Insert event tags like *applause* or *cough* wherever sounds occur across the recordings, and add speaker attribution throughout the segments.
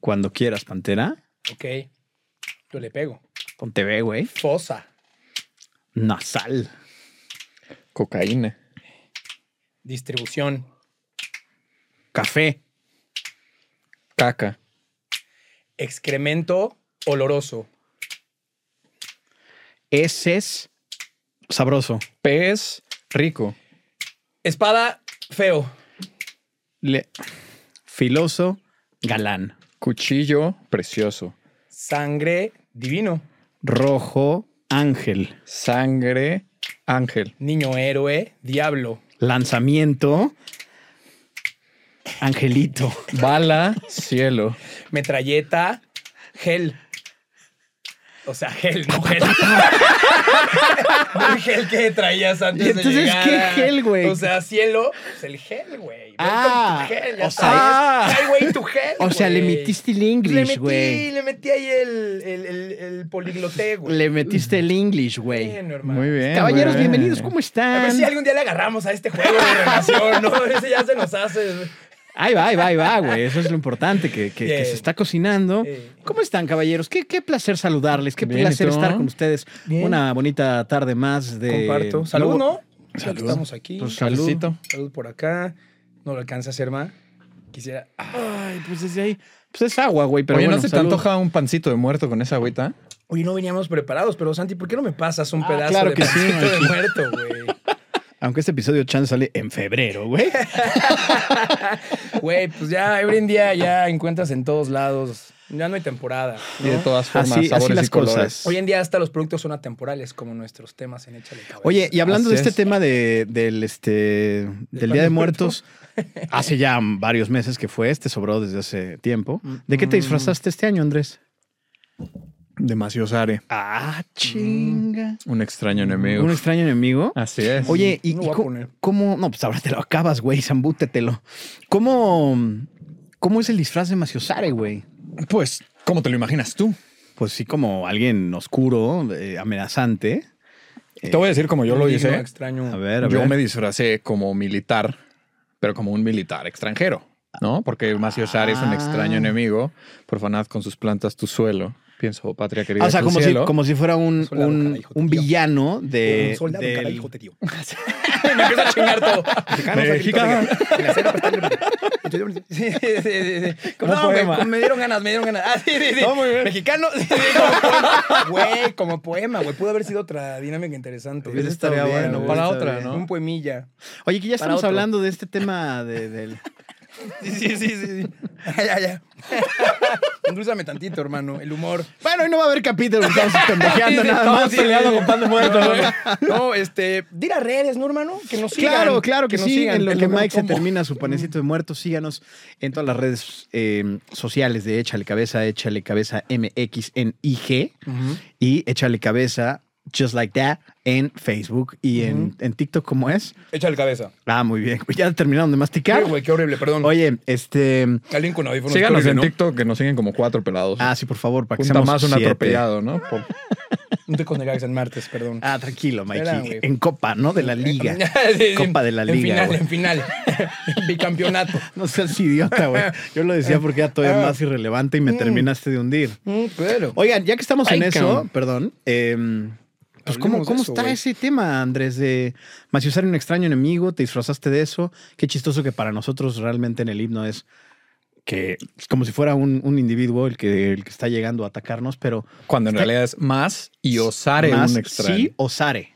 Speaker 1: Cuando quieras, Pantera.
Speaker 2: Ok. Yo le pego.
Speaker 1: Ponte B, güey.
Speaker 2: Fosa.
Speaker 1: Nasal.
Speaker 3: Cocaína.
Speaker 2: Distribución.
Speaker 1: Café.
Speaker 3: Caca.
Speaker 2: Excremento oloroso.
Speaker 1: Heces. Sabroso.
Speaker 3: Pez. Rico.
Speaker 2: Espada feo.
Speaker 1: Le- Filoso. Galán.
Speaker 3: Cuchillo. Precioso.
Speaker 2: Sangre divino.
Speaker 1: Rojo. Ángel.
Speaker 3: Sangre. Ángel.
Speaker 2: Niño héroe. Diablo.
Speaker 1: Lanzamiento. Angelito.
Speaker 3: Bala. cielo.
Speaker 2: Metralleta. Gel. O sea, gel, no
Speaker 1: *laughs*
Speaker 2: gel. el gel que traías antes
Speaker 1: ¿Y entonces
Speaker 2: de llegar.
Speaker 1: qué
Speaker 2: a-
Speaker 1: gel, güey?
Speaker 2: O sea, cielo. Pues el gel, güey. Ven
Speaker 1: Ah,
Speaker 2: con tu gel. ya
Speaker 1: o sea,
Speaker 2: sabes.
Speaker 1: es-
Speaker 2: Ay, güey, tu gel,
Speaker 1: O sea, le
Speaker 2: güey.
Speaker 1: metiste el
Speaker 2: Le
Speaker 1: English,
Speaker 2: metí,
Speaker 1: güey.
Speaker 2: le metí ahí el, el, el, el poligloté, güey.
Speaker 1: Le metiste el English, güey. Eh,
Speaker 2: Bien, hermano.
Speaker 3: Muy bien.
Speaker 1: Caballeros,
Speaker 3: muy bien.
Speaker 1: bienvenidos, ¿cómo
Speaker 2: A ver
Speaker 1: están?
Speaker 2: si algún día le agarramos a este juego de relación, ¿no? *laughs* Ese ya se nos hace. güey.
Speaker 1: Ahí va, ahí va, ahí va, güey. Eso es lo importante, que, que- que
Speaker 2: Bien.
Speaker 1: se está cocinando.
Speaker 2: Eh,
Speaker 1: ¿Cómo están, caballeros? Qué, qué placer saludarles, qué
Speaker 3: Bien, ¿y
Speaker 1: placer
Speaker 3: tú?
Speaker 1: estar con ustedes.
Speaker 2: Bien.
Speaker 1: Una bonita tarde más de...
Speaker 2: comparto. Salud,
Speaker 1: Luego-
Speaker 2: ¿no? Ya
Speaker 3: Salud.
Speaker 2: que Estamos aquí.
Speaker 1: Pues,
Speaker 2: salud.
Speaker 3: Saludcito.
Speaker 2: por acá. No lo alcanza a hacer más. Quisiera. Ah,
Speaker 1: Ay, pues desde ahí... Pues es agua, güey, pero
Speaker 3: Oye,
Speaker 1: bueno,
Speaker 3: ¿no se te
Speaker 1: salud.
Speaker 3: antoja un pancito de muerto con esa agüita?
Speaker 2: Hoy no veníamos preparados, pero Santi, ¿por qué no me pasas un
Speaker 1: Ah,
Speaker 2: pedazo
Speaker 1: claro
Speaker 2: de
Speaker 1: que sí,
Speaker 2: pancito de
Speaker 1: aquí.
Speaker 2: muerto, güey?
Speaker 1: Aunque este episodio chance sale en febrero, *laughs* güey.
Speaker 2: Güey, pues ya, hoy en día ya encuentras en todos lados. Ya no hay temporada. ¿no?
Speaker 3: Y de todas formas,
Speaker 1: Ah, Así, así
Speaker 3: sabores
Speaker 1: las
Speaker 3: y colores.
Speaker 1: cosas.
Speaker 2: Hoy en día hasta los productos son atemporales, como nuestros temas en Échale Cabeza.
Speaker 1: Oye, y hablando
Speaker 3: Así
Speaker 1: de este
Speaker 3: es.
Speaker 1: tema de- del, este, del Día de
Speaker 2: *laughs*
Speaker 1: Muertos, hace ya varios meses que fue, este sobró desde hace tiempo. ¿De
Speaker 2: Mm.
Speaker 1: qué te disfrazaste este año, Andrés?
Speaker 3: De Maciosare.
Speaker 1: Ah, chinga.
Speaker 3: Un extraño enemigo.
Speaker 1: ¿Un extraño enemigo?
Speaker 2: Ah,
Speaker 3: Así es.
Speaker 1: Oye, ¿y,
Speaker 2: No
Speaker 1: y
Speaker 2: voy a
Speaker 1: co-
Speaker 2: poner.
Speaker 1: cómo? No, pues ahora te lo acabas, güey, zambútetelo. ¿Cómo, ¿Cómo es el disfraz de Maciosare, güey?
Speaker 3: pues, ¿cómo te lo imaginas tú?
Speaker 1: Pues sí, como alguien oscuro, eh, amenazante.
Speaker 3: Te voy Eh, a decir como yo lo
Speaker 2: Indigno,
Speaker 3: hice.
Speaker 2: Extraño.
Speaker 1: A ver, a
Speaker 3: Yo
Speaker 1: ver.
Speaker 3: me disfracé como militar, pero como un militar extranjero, ¿no? Porque Maciosare es un
Speaker 1: Ah.
Speaker 3: extraño enemigo. Profanad con sus plantas tu suelo. Pienso, patria querida.
Speaker 1: Ah, o sea,
Speaker 3: que el
Speaker 1: como si,
Speaker 3: cielo.
Speaker 1: como si fuera un,
Speaker 2: Soldado,
Speaker 1: un-
Speaker 2: carajo, te
Speaker 1: un
Speaker 2: quiero.
Speaker 1: villano de.
Speaker 2: un soldado,
Speaker 1: eh, del-
Speaker 2: carajo, te dio. me empiezo a chingar todo.
Speaker 3: Mexicano.
Speaker 2: *laughs* Sí, sí, sí, sí.
Speaker 3: Como
Speaker 2: no, güey,
Speaker 3: poema.
Speaker 2: como me dieron ganas, me dieron ganas. Ah, sí, sí, sí.
Speaker 3: No, muy bien.
Speaker 2: Mexicano. Sí, sí, como poema. Güey, como poema, güey. Pudo haber sido otra dinámica interesante.
Speaker 1: Hubiera
Speaker 2: Eso
Speaker 1: estado
Speaker 2: estaría
Speaker 1: bien,
Speaker 2: bueno,
Speaker 1: hubiera
Speaker 2: para
Speaker 1: estado
Speaker 2: otra,
Speaker 1: bien.
Speaker 2: ¿no? Un poemilla.
Speaker 1: Oye, que ya
Speaker 2: Para
Speaker 1: estamos
Speaker 2: otro.
Speaker 1: hablando de este tema de- del.
Speaker 2: Sí, sí, sí, sí. sí. *laughs* ya, ya. Endulzame tantito, hermano. El humor.
Speaker 1: Bueno, hoy no va a haber capítulo, porque estamos pendejeando
Speaker 2: Sí,
Speaker 1: nada
Speaker 2: estamos
Speaker 1: más.
Speaker 2: peleando con pan de muerto,
Speaker 3: No,
Speaker 2: güey. No, este, dir a redes, ¿no, hermano? Que nos sigan.
Speaker 1: Claro, claro que,
Speaker 2: nos
Speaker 1: sí.
Speaker 2: sigan,
Speaker 1: en lo
Speaker 2: es
Speaker 1: que
Speaker 2: me
Speaker 1: Mike se
Speaker 2: tomo.
Speaker 1: termina su panecito de muertos, síganos en todas las redes eh, sociales de Échale Cabeza, Échale Cabeza MX en IG
Speaker 2: Ujú.
Speaker 1: y Échale Cabeza Just Like That en Facebook y en, en TikTok, ¿cómo es?
Speaker 2: Échale cabeza.
Speaker 1: Ah, muy bien. Ya terminaron de masticar.
Speaker 2: Ay, güey, qué horrible, perdón.
Speaker 1: Oye, este.
Speaker 2: Alguien con audífonos.
Speaker 3: Síganos
Speaker 2: horrible,
Speaker 3: en
Speaker 2: ¿no?
Speaker 3: TikTok, que nos siguen como cuatro pelados.
Speaker 1: Ah, sí, por favor, para que
Speaker 3: Junta
Speaker 1: seamos
Speaker 3: más un
Speaker 1: siete.
Speaker 3: atropellado, ¿no? Por-
Speaker 2: No te conectagas en martes, perdón.
Speaker 1: Ah, tranquilo, Mikey.
Speaker 2: Era, güey.
Speaker 1: en Copa, ¿no? De la Liga.
Speaker 2: *laughs* Sí, sí.
Speaker 1: Copa de la
Speaker 2: En
Speaker 1: Liga,
Speaker 2: final,
Speaker 1: güey.
Speaker 2: en final. *laughs* Bicampeonato.
Speaker 1: *laughs* No *laughs* seas idiota, güey. Yo lo decía porque era todavía más irrelevante y me terminaste de hundir.
Speaker 2: Mm, Pero.
Speaker 1: Oigan, ya que estamos en
Speaker 3: Ay,
Speaker 1: eso,
Speaker 3: cabrón.
Speaker 1: perdón, eh, pues
Speaker 2: Hablemos
Speaker 1: ¿cómo,
Speaker 2: de
Speaker 1: cómo
Speaker 2: eso,
Speaker 1: está
Speaker 2: güey.
Speaker 1: ese tema, Andrés? De maciusar un extraño enemigo, te disfrazaste de eso. Qué chistoso que para nosotros realmente en el himno es que es como si fuera un, un individuo el que, el que está llegando a atacarnos, pero
Speaker 3: Cuando en
Speaker 1: Está-
Speaker 3: realidad es más y osare
Speaker 1: Este- más
Speaker 3: un extraño.
Speaker 1: si osare.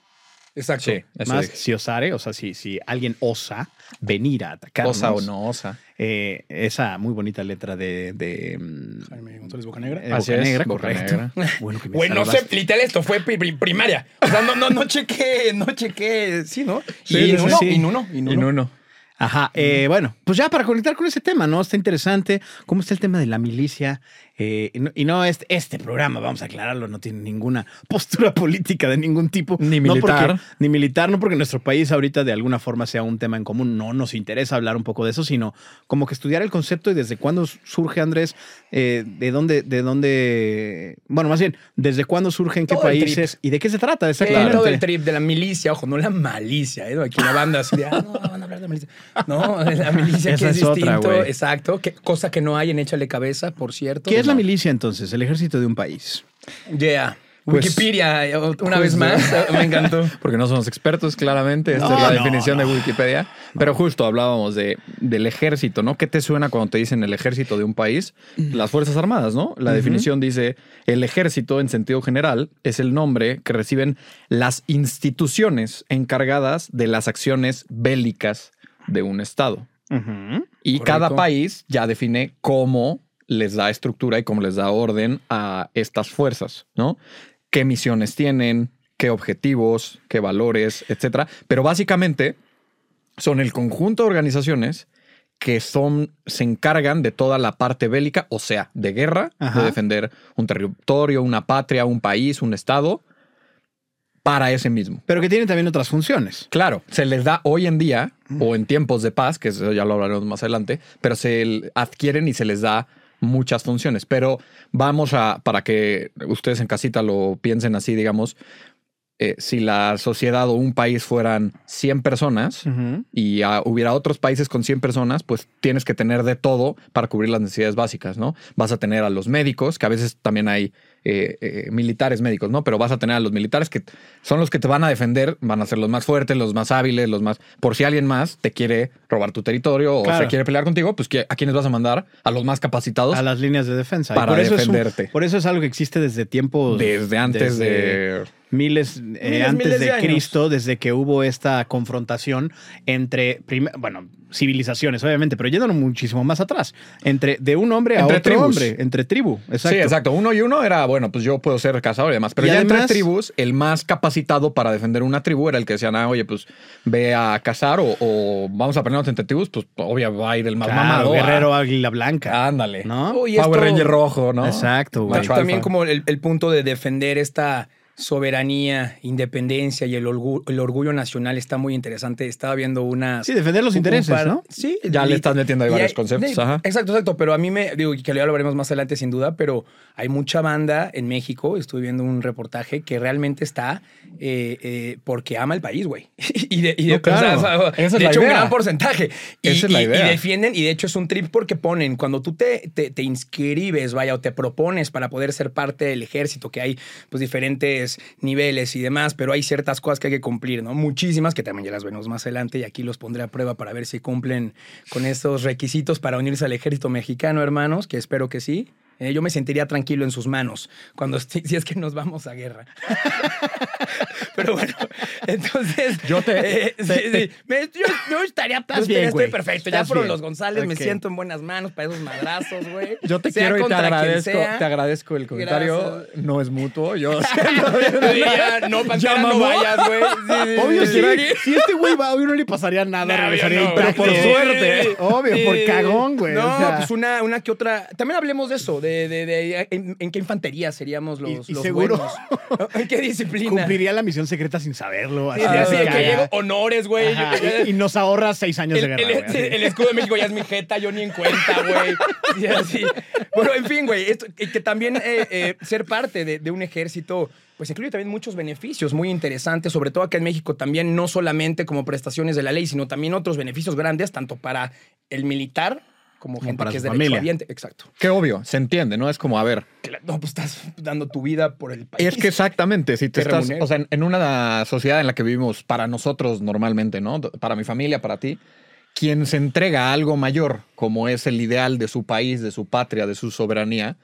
Speaker 2: Exacto.
Speaker 3: Sí, eso
Speaker 1: Más
Speaker 3: dije.
Speaker 1: si osare, o sea, si, si alguien osa venir a atacarnos.
Speaker 3: Osa o no osa.
Speaker 1: Eh, esa muy bonita letra de. de mm,
Speaker 2: Jaime González Bocanegra.
Speaker 1: eh,
Speaker 3: Así es,
Speaker 1: Bocanegra,
Speaker 3: Boca
Speaker 1: correcto.
Speaker 3: Negra.
Speaker 1: Bueno, que me
Speaker 2: Güey, no sé,
Speaker 1: salvaste.
Speaker 2: literal, esto fue pri- pri- primaria. O sea, no, no, no chequé, no chequé. Sí, ¿no?
Speaker 1: Sí,
Speaker 2: y,
Speaker 1: sí,
Speaker 2: en uno,
Speaker 1: sí.
Speaker 2: y en uno, y en
Speaker 3: Y
Speaker 2: uno.
Speaker 3: uno.
Speaker 1: Ajá, eh, bueno, pues ya para conectar con ese tema, ¿no? Está interesante. ¿Cómo está el tema de la milicia? Eh, y no, y no este, este programa, vamos a aclararlo, no tiene ninguna postura *laughs* política de ningún tipo.
Speaker 3: Ni
Speaker 1: No porque-
Speaker 3: militar.
Speaker 1: ni militar, no porque nuestro país ahorita de alguna forma sea un tema en común. No nos interesa hablar un poco de eso, sino como que estudiar el concepto y desde cuándo surge, Andrés, eh, de dónde, de dónde, bueno, más bien, desde cuándo surge, en qué
Speaker 2: Todo el
Speaker 1: países y de qué se trata
Speaker 2: Sí,
Speaker 1: exactamente.
Speaker 2: todo el trip de la milicia, ojo, no la malicia, ¿eh? Aquí la banda así de, ah, no, van a hablar de la milicia. ¿no? La milicia
Speaker 1: Esa
Speaker 2: que es,
Speaker 1: es otra,
Speaker 2: distinto.
Speaker 1: güey.
Speaker 2: exacto. que- cosa que no hay en Échale Cabeza, por cierto.
Speaker 1: ¿Qué es la
Speaker 2: No.
Speaker 1: milicia entonces? El ejército de un país.
Speaker 2: Yeah.
Speaker 1: Pues-
Speaker 2: Wikipedia, eh, una vez
Speaker 3: Pues,
Speaker 2: más, eh, *laughs* me encantó.
Speaker 3: *laughs* Porque no somos expertos, claramente. Esta
Speaker 1: No,
Speaker 3: es la
Speaker 1: no,
Speaker 3: definición
Speaker 1: no.
Speaker 3: de Wikipedia. Pero justo hablábamos de, del ejército, ¿no? ¿Qué te suena cuando te dicen el ejército de un país?
Speaker 2: Mm.
Speaker 3: Las Fuerzas Armadas, ¿no? La definición dice, el ejército en sentido general es el nombre que reciben las instituciones encargadas de las acciones bélicas de un Estado. Y
Speaker 2: Correcto.
Speaker 3: cada país ya define cómo les da estructura y cómo les da orden a estas fuerzas, ¿no? Qué misiones tienen, qué objetivos, qué valores, etcétera. Pero básicamente son el conjunto de organizaciones que son, se encargan de toda la parte bélica, o sea, de guerra,
Speaker 1: Ajá.
Speaker 3: de defender un territorio, una patria, un país, un estado, para ese mismo.
Speaker 1: Pero que tiene también otras funciones.
Speaker 3: Claro, se les da hoy en día o en tiempos de paz, que eso ya lo hablaremos más adelante, pero se l- adquieren y se les da muchas funciones. Pero vamos a, para que ustedes en casita lo piensen así, digamos, eh, si la sociedad o un país fueran 100 personas y ah, hubiera otros países con 100 personas, pues tienes que tener de todo para cubrir las necesidades básicas, ¿no? Vas a tener a los médicos, que a veces también hay eh, eh, militares médicos, ¿no? Pero vas a tener a los militares que son los que te van a defender, van a ser los más fuertes, los más hábiles, los más... Por si alguien más te quiere robar tu territorio o
Speaker 1: Claro.
Speaker 3: se quiere pelear contigo, pues ¿qui- ¿a quiénes vas a mandar? A los más capacitados
Speaker 1: A las líneas de defensa. Y
Speaker 3: para
Speaker 1: por eso es un-
Speaker 3: defenderte.
Speaker 1: por eso es algo que existe desde tiempos.
Speaker 3: desde antes
Speaker 1: desde
Speaker 3: de...
Speaker 1: Miles, eh,
Speaker 2: Miles,
Speaker 1: antes
Speaker 2: miles de
Speaker 1: de
Speaker 2: años.
Speaker 1: Cristo, desde que hubo esta confrontación entre, prim- bueno, civilizaciones, obviamente, pero yéndonos muchísimo más atrás, entre de un hombre a
Speaker 3: Entre
Speaker 1: otro
Speaker 3: tribus.
Speaker 1: hombre, entre tribu. Exacto.
Speaker 3: Sí, exacto. Uno y uno era, bueno, pues yo puedo ser cazador y demás. Pero
Speaker 1: Y
Speaker 3: ya
Speaker 1: además-
Speaker 3: entre tribus, el más capacitado para defender una tribu era el que decían, ah, oye, pues ve a cazar o, o vamos a pelearnos entre tribus, pues obvio va a ir el más
Speaker 1: Claro,
Speaker 3: mamado. *laughs*
Speaker 1: guerrero águila blanca.
Speaker 3: Ah, ándale.
Speaker 1: ¿No?
Speaker 2: Uy,
Speaker 3: Power
Speaker 2: esto-
Speaker 3: Ranger rojo, ¿no?
Speaker 1: Exacto, güey.
Speaker 3: Macho
Speaker 2: También
Speaker 3: alfa.
Speaker 2: como el, el punto de defender esta soberanía, independencia y el, orgu- el orgullo nacional está muy interesante. Estaba viendo una...
Speaker 1: Sí, defender los
Speaker 2: un- un
Speaker 1: intereses,
Speaker 2: par-
Speaker 1: ¿no?
Speaker 2: Sí.
Speaker 3: Ya le
Speaker 2: y-
Speaker 3: estás metiendo ahí
Speaker 2: y
Speaker 3: varios
Speaker 2: hay-
Speaker 3: conceptos.
Speaker 2: sí,
Speaker 3: Ajá.
Speaker 2: Exacto, exacto. Pero a mí me, digo, que ya lo veremos más adelante sin duda, pero hay mucha banda en México, estuve viendo un reportaje que realmente está eh, eh, porque ama el país, güey. *laughs* y de, y de-
Speaker 3: No, claro.
Speaker 2: o sea, o-
Speaker 3: Esa es
Speaker 2: de
Speaker 3: la
Speaker 2: hecho, un
Speaker 3: idea.
Speaker 2: gran porcentaje. Y,
Speaker 3: Esa es
Speaker 2: y-
Speaker 3: la
Speaker 2: y
Speaker 3: idea.
Speaker 2: defienden, y de hecho es un trip porque ponen, cuando tú te, te, te inscribes, vaya, o te propones para poder ser parte del ejército, que hay pues diferentes niveles y demás, pero hay ciertas cosas que hay que cumplir, ¿no? Muchísimas que también ya las veremos más adelante y aquí los pondré a prueba para ver si cumplen con estos requisitos para unirse al ejército mexicano, hermanos, que espero que sí. Eh, yo me sentiría tranquilo en sus manos cuando *laughs* esti- si es que nos vamos a guerra. Pero bueno, *laughs* entonces.
Speaker 3: Yo te-
Speaker 2: eh, sí, sí. Me- yo, yo estaría
Speaker 1: Estás
Speaker 2: yo
Speaker 1: bien,
Speaker 2: estoy
Speaker 1: güey.
Speaker 2: perfecto. ya
Speaker 1: Estás
Speaker 2: fueron
Speaker 1: bien.
Speaker 2: los González, me
Speaker 1: Ok.
Speaker 2: siento en buenas manos para esos madrazos,
Speaker 1: *laughs*
Speaker 2: güey.
Speaker 3: Yo te
Speaker 2: Sea
Speaker 3: quiero y te
Speaker 2: contra quien
Speaker 3: agradezco,
Speaker 2: sea.
Speaker 3: te agradezco el comentario.
Speaker 2: Gracias.
Speaker 3: No es
Speaker 2: *laughs*
Speaker 3: mutuo. Yo
Speaker 2: Yo diría, no, Pantera, no
Speaker 3: mamó?
Speaker 2: vayas,
Speaker 1: *laughs*
Speaker 2: güey. Sí, sí,
Speaker 1: Obvio,
Speaker 2: sí,
Speaker 1: si,
Speaker 2: sí.
Speaker 1: si este güey va, obvio no le pasaría nada,
Speaker 2: No,
Speaker 1: regresaría
Speaker 2: obvio no,
Speaker 1: ahí,
Speaker 2: güey.
Speaker 1: pero por
Speaker 2: Sí,
Speaker 1: suerte.
Speaker 2: sí, sí.
Speaker 1: Obvio,
Speaker 2: Sí.
Speaker 1: por cagón, güey.
Speaker 2: No,
Speaker 1: o sea.
Speaker 2: pues una, una que otra. También hablemos de eso, de, de, de- en, en qué infantería seríamos los,
Speaker 1: Y- y
Speaker 2: los
Speaker 1: seguro. *laughs*
Speaker 2: buenos. ¿En qué disciplina?
Speaker 1: Cumpliría la misión secreta sin saberlo. Así,
Speaker 2: Sí, sí,
Speaker 1: así
Speaker 2: sí, de
Speaker 1: caga.
Speaker 2: que llego honores, güey.
Speaker 1: Ajá, y, y nos ahorra seis años
Speaker 2: El,
Speaker 1: de guerra.
Speaker 2: el-
Speaker 1: güey, así.
Speaker 2: el escudo de México ya es mi jeta, yo ni en cuenta, güey. Y así. Bueno, en fin, güey, esto- que, que también eh, eh, ser parte de, de un ejército, pues incluye también muchos beneficios muy interesantes, sobre todo acá en México también, no solamente como prestaciones de la ley, sino también otros beneficios grandes, tanto para el militar como gente
Speaker 1: para
Speaker 2: que
Speaker 1: su
Speaker 2: es
Speaker 1: familia.
Speaker 2: derechohabiente. Exacto.
Speaker 3: Qué obvio, se entiende, ¿no? Es como, a ver,
Speaker 2: Claro, No, pues estás dando tu vida por el país.
Speaker 3: Es que exactamente, si
Speaker 2: Te
Speaker 3: te estás,
Speaker 2: remunera.
Speaker 3: o sea, en- en una sociedad en la que vivimos, para nosotros normalmente, ¿no? Para mi familia, para ti, quien se entrega a algo mayor, como es el ideal de su país, de su patria, de su soberanía,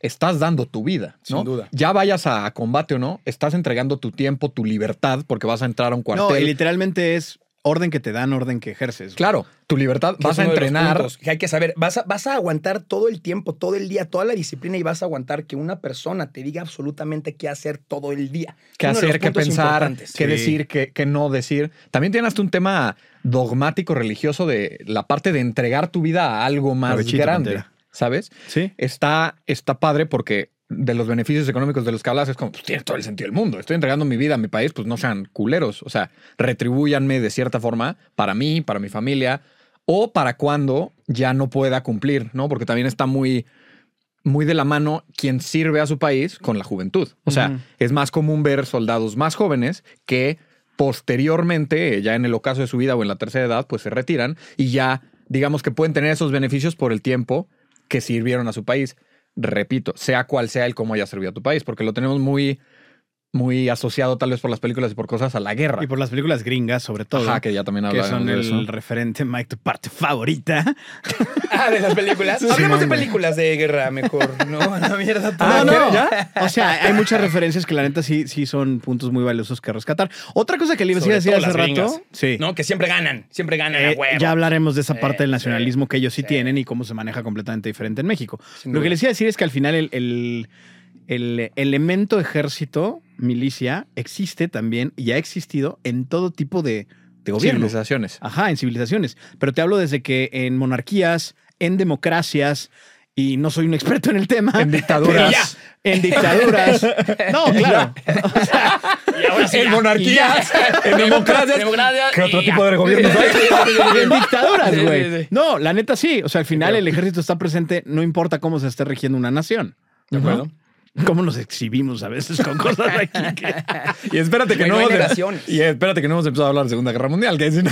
Speaker 3: estás dando tu vida, ¿no?
Speaker 2: Sin duda.
Speaker 3: Ya vayas a combate o no, estás entregando tu tiempo, tu libertad, porque vas a entrar a un
Speaker 1: No, y
Speaker 3: cuartel.
Speaker 1: literalmente es orden que te dan, orden que ejerces. güey.
Speaker 3: claro, tu libertad,
Speaker 2: que
Speaker 3: vas
Speaker 2: es
Speaker 3: a
Speaker 2: uno de los
Speaker 3: entrenar.
Speaker 2: puntos que hay que saber, vas a, vas a aguantar todo el tiempo, todo el día, toda la disciplina y vas a aguantar que una persona te diga absolutamente qué hacer todo el día.
Speaker 3: qué
Speaker 2: Es uno de los
Speaker 3: hacer, qué
Speaker 2: puntos
Speaker 3: pensar, qué
Speaker 2: importantes.
Speaker 1: Sí.
Speaker 3: decir, qué, qué no decir. También tienes hasta un tema dogmático religioso de la parte de entregar tu vida a algo más
Speaker 1: Provechito,
Speaker 3: grande,
Speaker 1: Pantera.
Speaker 3: ¿sabes?
Speaker 1: Sí.
Speaker 3: Está, está padre porque de los beneficios económicos de los que hablas es como, pues tiene todo el sentido del mundo. Estoy entregando mi vida a mi país, pues no sean culeros. O sea, retribúyanme de cierta forma para mí, para mi familia o para cuando ya no pueda cumplir, ¿no? Porque también está muy muy de la mano quien sirve a su país con la juventud. O sea,
Speaker 1: Ujú.
Speaker 3: es más común ver soldados más jóvenes que posteriormente, ya en el ocaso de su vida o en la tercera edad, pues se retiran y ya digamos que pueden tener esos beneficios por el tiempo que sirvieron a su país. Repito, sea cual sea el cómo haya servido a tu país, porque lo tenemos muy, muy asociado tal vez por las películas y por cosas a la guerra.
Speaker 1: Y por las películas gringas, sobre todo.
Speaker 3: Ajá, que ya también
Speaker 1: que
Speaker 3: hablábamos
Speaker 1: son
Speaker 3: de
Speaker 1: el
Speaker 3: eso.
Speaker 1: referente, Mike, tu parte favorita.
Speaker 2: Ah, de las películas.
Speaker 3: Sí,
Speaker 2: Hablemos de
Speaker 3: hombre.
Speaker 2: películas de guerra
Speaker 3: *laughs*
Speaker 2: mejor. No, a la mierda.
Speaker 3: Ah,
Speaker 2: todo.
Speaker 3: ¿quiere
Speaker 1: no. O sea, hay muchas referencias que la neta sí, sí son puntos muy valiosos que rescatar. Otra cosa que le iba a decir
Speaker 2: Sobre
Speaker 1: así
Speaker 2: todo
Speaker 1: hace
Speaker 2: las
Speaker 1: rato.
Speaker 2: gringas.
Speaker 1: Sí.
Speaker 2: No, que siempre ganan. Siempre ganan
Speaker 1: Eh,
Speaker 2: a huevo.
Speaker 1: ya hablaremos de esa parte del
Speaker 2: sí,
Speaker 1: nacionalismo que ellos sí, tienen y cómo se maneja completamente diferente en México.
Speaker 2: Sin
Speaker 1: Lo que
Speaker 2: duda.
Speaker 1: les iba a decir es que al final el, el- el elemento ejército, milicia, existe también y ha existido en todo tipo de, de gobierno.
Speaker 3: Civilizaciones.
Speaker 1: Ajá, en civilizaciones. Pero te hablo desde que en monarquías, en democracias, y no soy un experto en el tema.
Speaker 3: En
Speaker 1: pero
Speaker 3: dictaduras.
Speaker 1: ya, En
Speaker 2: *laughs*
Speaker 1: dictaduras. No, claro.
Speaker 2: Y ahora
Speaker 3: *laughs*
Speaker 2: sí,
Speaker 3: En
Speaker 2: ya.
Speaker 3: monarquías, *laughs* en democracias.
Speaker 2: Democracia,
Speaker 3: ¿Qué otro
Speaker 2: y ya.
Speaker 3: tipo *laughs* de
Speaker 1: pues,
Speaker 2: *laughs*
Speaker 3: gobiernos hay?
Speaker 1: en dictaduras,
Speaker 2: Sí,
Speaker 1: güey.
Speaker 2: sí, sí.
Speaker 1: No, la neta sí. O sea, al final el ejército está presente, no importa cómo se esté rigiendo una nación.
Speaker 3: De acuerdo.
Speaker 1: Cómo nos exhibimos a veces con cosas aquí
Speaker 2: *laughs*
Speaker 1: que-
Speaker 3: Y espérate que
Speaker 2: Güey,
Speaker 3: no,
Speaker 2: no hay
Speaker 3: hemos- em-
Speaker 2: negaciones.
Speaker 3: Y espérate que no hemos empezado a hablar de Segunda Guerra Mundial, que ahí sí no.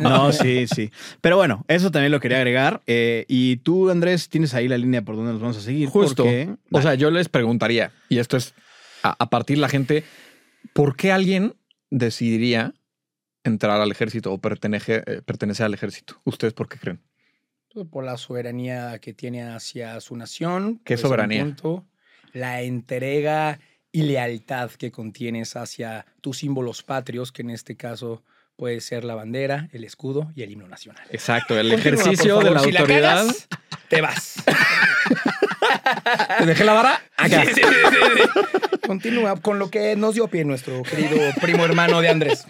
Speaker 1: No, sí, sí. Pero bueno, eso también lo quería agregar. Eh, y tú, Andrés, tienes ahí la línea por donde nos vamos a seguir.
Speaker 3: Justo.
Speaker 1: porque-
Speaker 3: O sea, yo les preguntaría, y esto es a, a partir de la gente, ¿por qué alguien decidiría entrar al ejército o pertenecer, pertenecer al ejército? ¿Ustedes por qué creen?
Speaker 2: pues, Por la soberanía que tiene hacia su nación.
Speaker 3: ¿Qué
Speaker 2: por ese
Speaker 3: soberanía?
Speaker 2: punto, la entrega y lealtad que contienes hacia tus símbolos patrios, que en este caso puede ser la bandera, el escudo y el himno nacional.
Speaker 3: Exacto, el
Speaker 2: Continúa,
Speaker 3: ejercicio
Speaker 2: por
Speaker 3: de
Speaker 2: favor.
Speaker 3: la
Speaker 2: Si
Speaker 3: autoridad.
Speaker 2: cagas, te vas.
Speaker 3: Te dejé la vara. Acá.
Speaker 2: Sí, sí, sí, sí, sí. Continúa con lo que nos dio pie nuestro querido primo hermano de Andrés.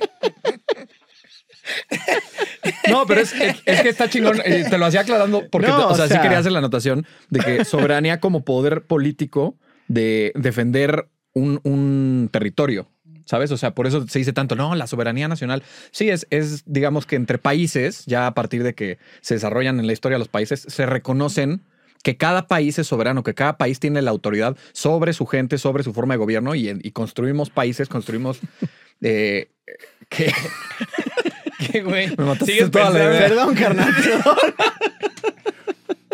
Speaker 3: No, pero es, es que está chingón. eh, Te lo hacía aclarando porque,
Speaker 1: No,
Speaker 3: te- o,
Speaker 1: o
Speaker 3: sea, sí
Speaker 1: sea-
Speaker 3: quería hacer la anotación de que soberanía como poder político de defender un, un territorio, ¿sabes? O sea, por eso se dice tanto, no, la soberanía nacional. Sí, es, es, digamos que entre países, ya a partir de que se desarrollan en la historia los países, se reconocen que cada país es soberano, que cada país tiene la autoridad sobre su gente, sobre su forma de gobierno y, en- y construimos países, construimos... *laughs* eh,
Speaker 1: *laughs*
Speaker 3: que
Speaker 2: ¿Qué, güey?
Speaker 3: Me
Speaker 2: *laughs*
Speaker 3: mataste
Speaker 2: Sigues
Speaker 3: toda la idea.
Speaker 1: Perdón,
Speaker 2: *laughs*
Speaker 1: carnal.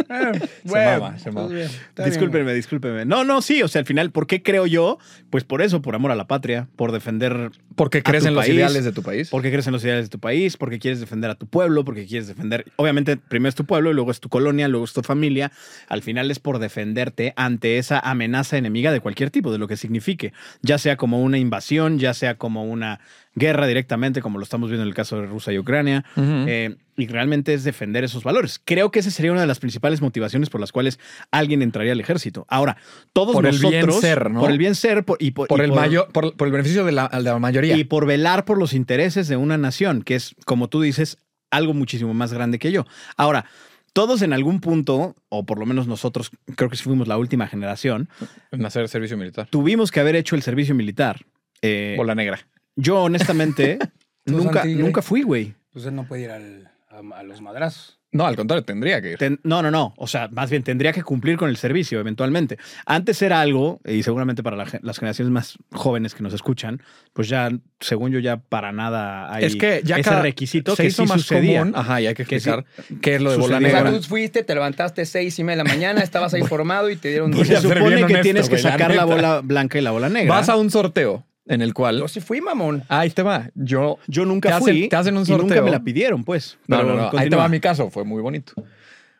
Speaker 3: Ah,
Speaker 2: pensando.
Speaker 3: Se mama, se mama.
Speaker 2: pues, bien, está bien,
Speaker 1: Discúlpenme, discúlpenme. No, no, sí. O sea, al final, ¿por qué creo yo? Pues por eso, por amor a la patria, por defender
Speaker 3: porque
Speaker 1: tu
Speaker 3: crecen los
Speaker 1: país,
Speaker 3: ideales de tu país.
Speaker 1: Porque crees en los ideales de tu país, porque quieres defender a tu pueblo, porque quieres defender. Obviamente, primero es tu pueblo, y luego es tu colonia, luego es tu familia. Al final es por defenderte ante esa amenaza enemiga de cualquier tipo, de lo que signifique. Ya sea como una invasión, ya sea como una guerra directamente, como lo estamos viendo en el caso de Rusia y Ucrania.
Speaker 3: Ujú.
Speaker 1: Eh, y realmente es defender esos valores. Creo que esa sería una de las principales motivaciones por las cuales alguien entraría al ejército. Ahora, todos
Speaker 3: Por el
Speaker 1: nosotros.
Speaker 3: bien ser, ¿no?
Speaker 1: Por el bien ser por- y por,
Speaker 3: por
Speaker 1: y
Speaker 3: el mayor, por, por el beneficio de la, de la mayoría.
Speaker 1: y por velar por los intereses de una nación, que es, como tú dices, algo muchísimo más grande que yo. Ahora, todos en algún punto, o por lo menos nosotros, creo que sí fuimos la última generación,
Speaker 3: en hacer servicio militar.
Speaker 1: tuvimos que haber hecho el servicio militar. Eh,
Speaker 3: O la negra.
Speaker 1: yo,
Speaker 3: *laughs*
Speaker 1: honestamente,
Speaker 2: Tú,
Speaker 1: nunca,
Speaker 3: ¿eh?
Speaker 2: Santi, güey.
Speaker 1: nunca fui, güey.
Speaker 2: Pues él no puede ir al- a, a los madrazos.
Speaker 3: No, al contrario, tendría que ir.
Speaker 1: Ten- no, no, no. O sea, más bien tendría que cumplir con el servicio eventualmente. Antes era algo, y seguramente para la gen- las generaciones más jóvenes que nos escuchan, pues ya, según yo, ya para nada hay
Speaker 3: es que ya
Speaker 1: ese
Speaker 3: cada-
Speaker 1: requisito
Speaker 3: se
Speaker 1: que
Speaker 3: hizo
Speaker 1: sí
Speaker 3: más
Speaker 1: sucedía.
Speaker 3: común. Ajá, y hay que
Speaker 1: Que sí
Speaker 3: explicar qué es lo de bola
Speaker 1: sucedía.
Speaker 2: O sea,
Speaker 3: negra.
Speaker 2: tú fuiste, te levantaste seis y media de la mañana, estabas ahí
Speaker 3: *laughs*
Speaker 2: formado y te dieron
Speaker 3: Voy
Speaker 1: Y
Speaker 3: a
Speaker 1: se
Speaker 2: dos.
Speaker 3: ser bien
Speaker 1: supone que
Speaker 3: honesto,
Speaker 1: tienes que
Speaker 3: güey, la
Speaker 1: sacar la
Speaker 3: neta.
Speaker 1: bola blanca y la bola negra.
Speaker 3: Vas a un sorteo en el cual.
Speaker 2: Yo sí fui, mamón.
Speaker 3: Ahí te va. Yo.
Speaker 1: Yo nunca
Speaker 3: te hacen-
Speaker 1: fui.
Speaker 3: te hacen un
Speaker 1: y nunca
Speaker 3: sorteo.
Speaker 1: me la pidieron, pues.
Speaker 3: No,
Speaker 1: Pero
Speaker 3: no, no, Ahí te
Speaker 1: continúa.
Speaker 3: va mi caso. Fue muy bonito.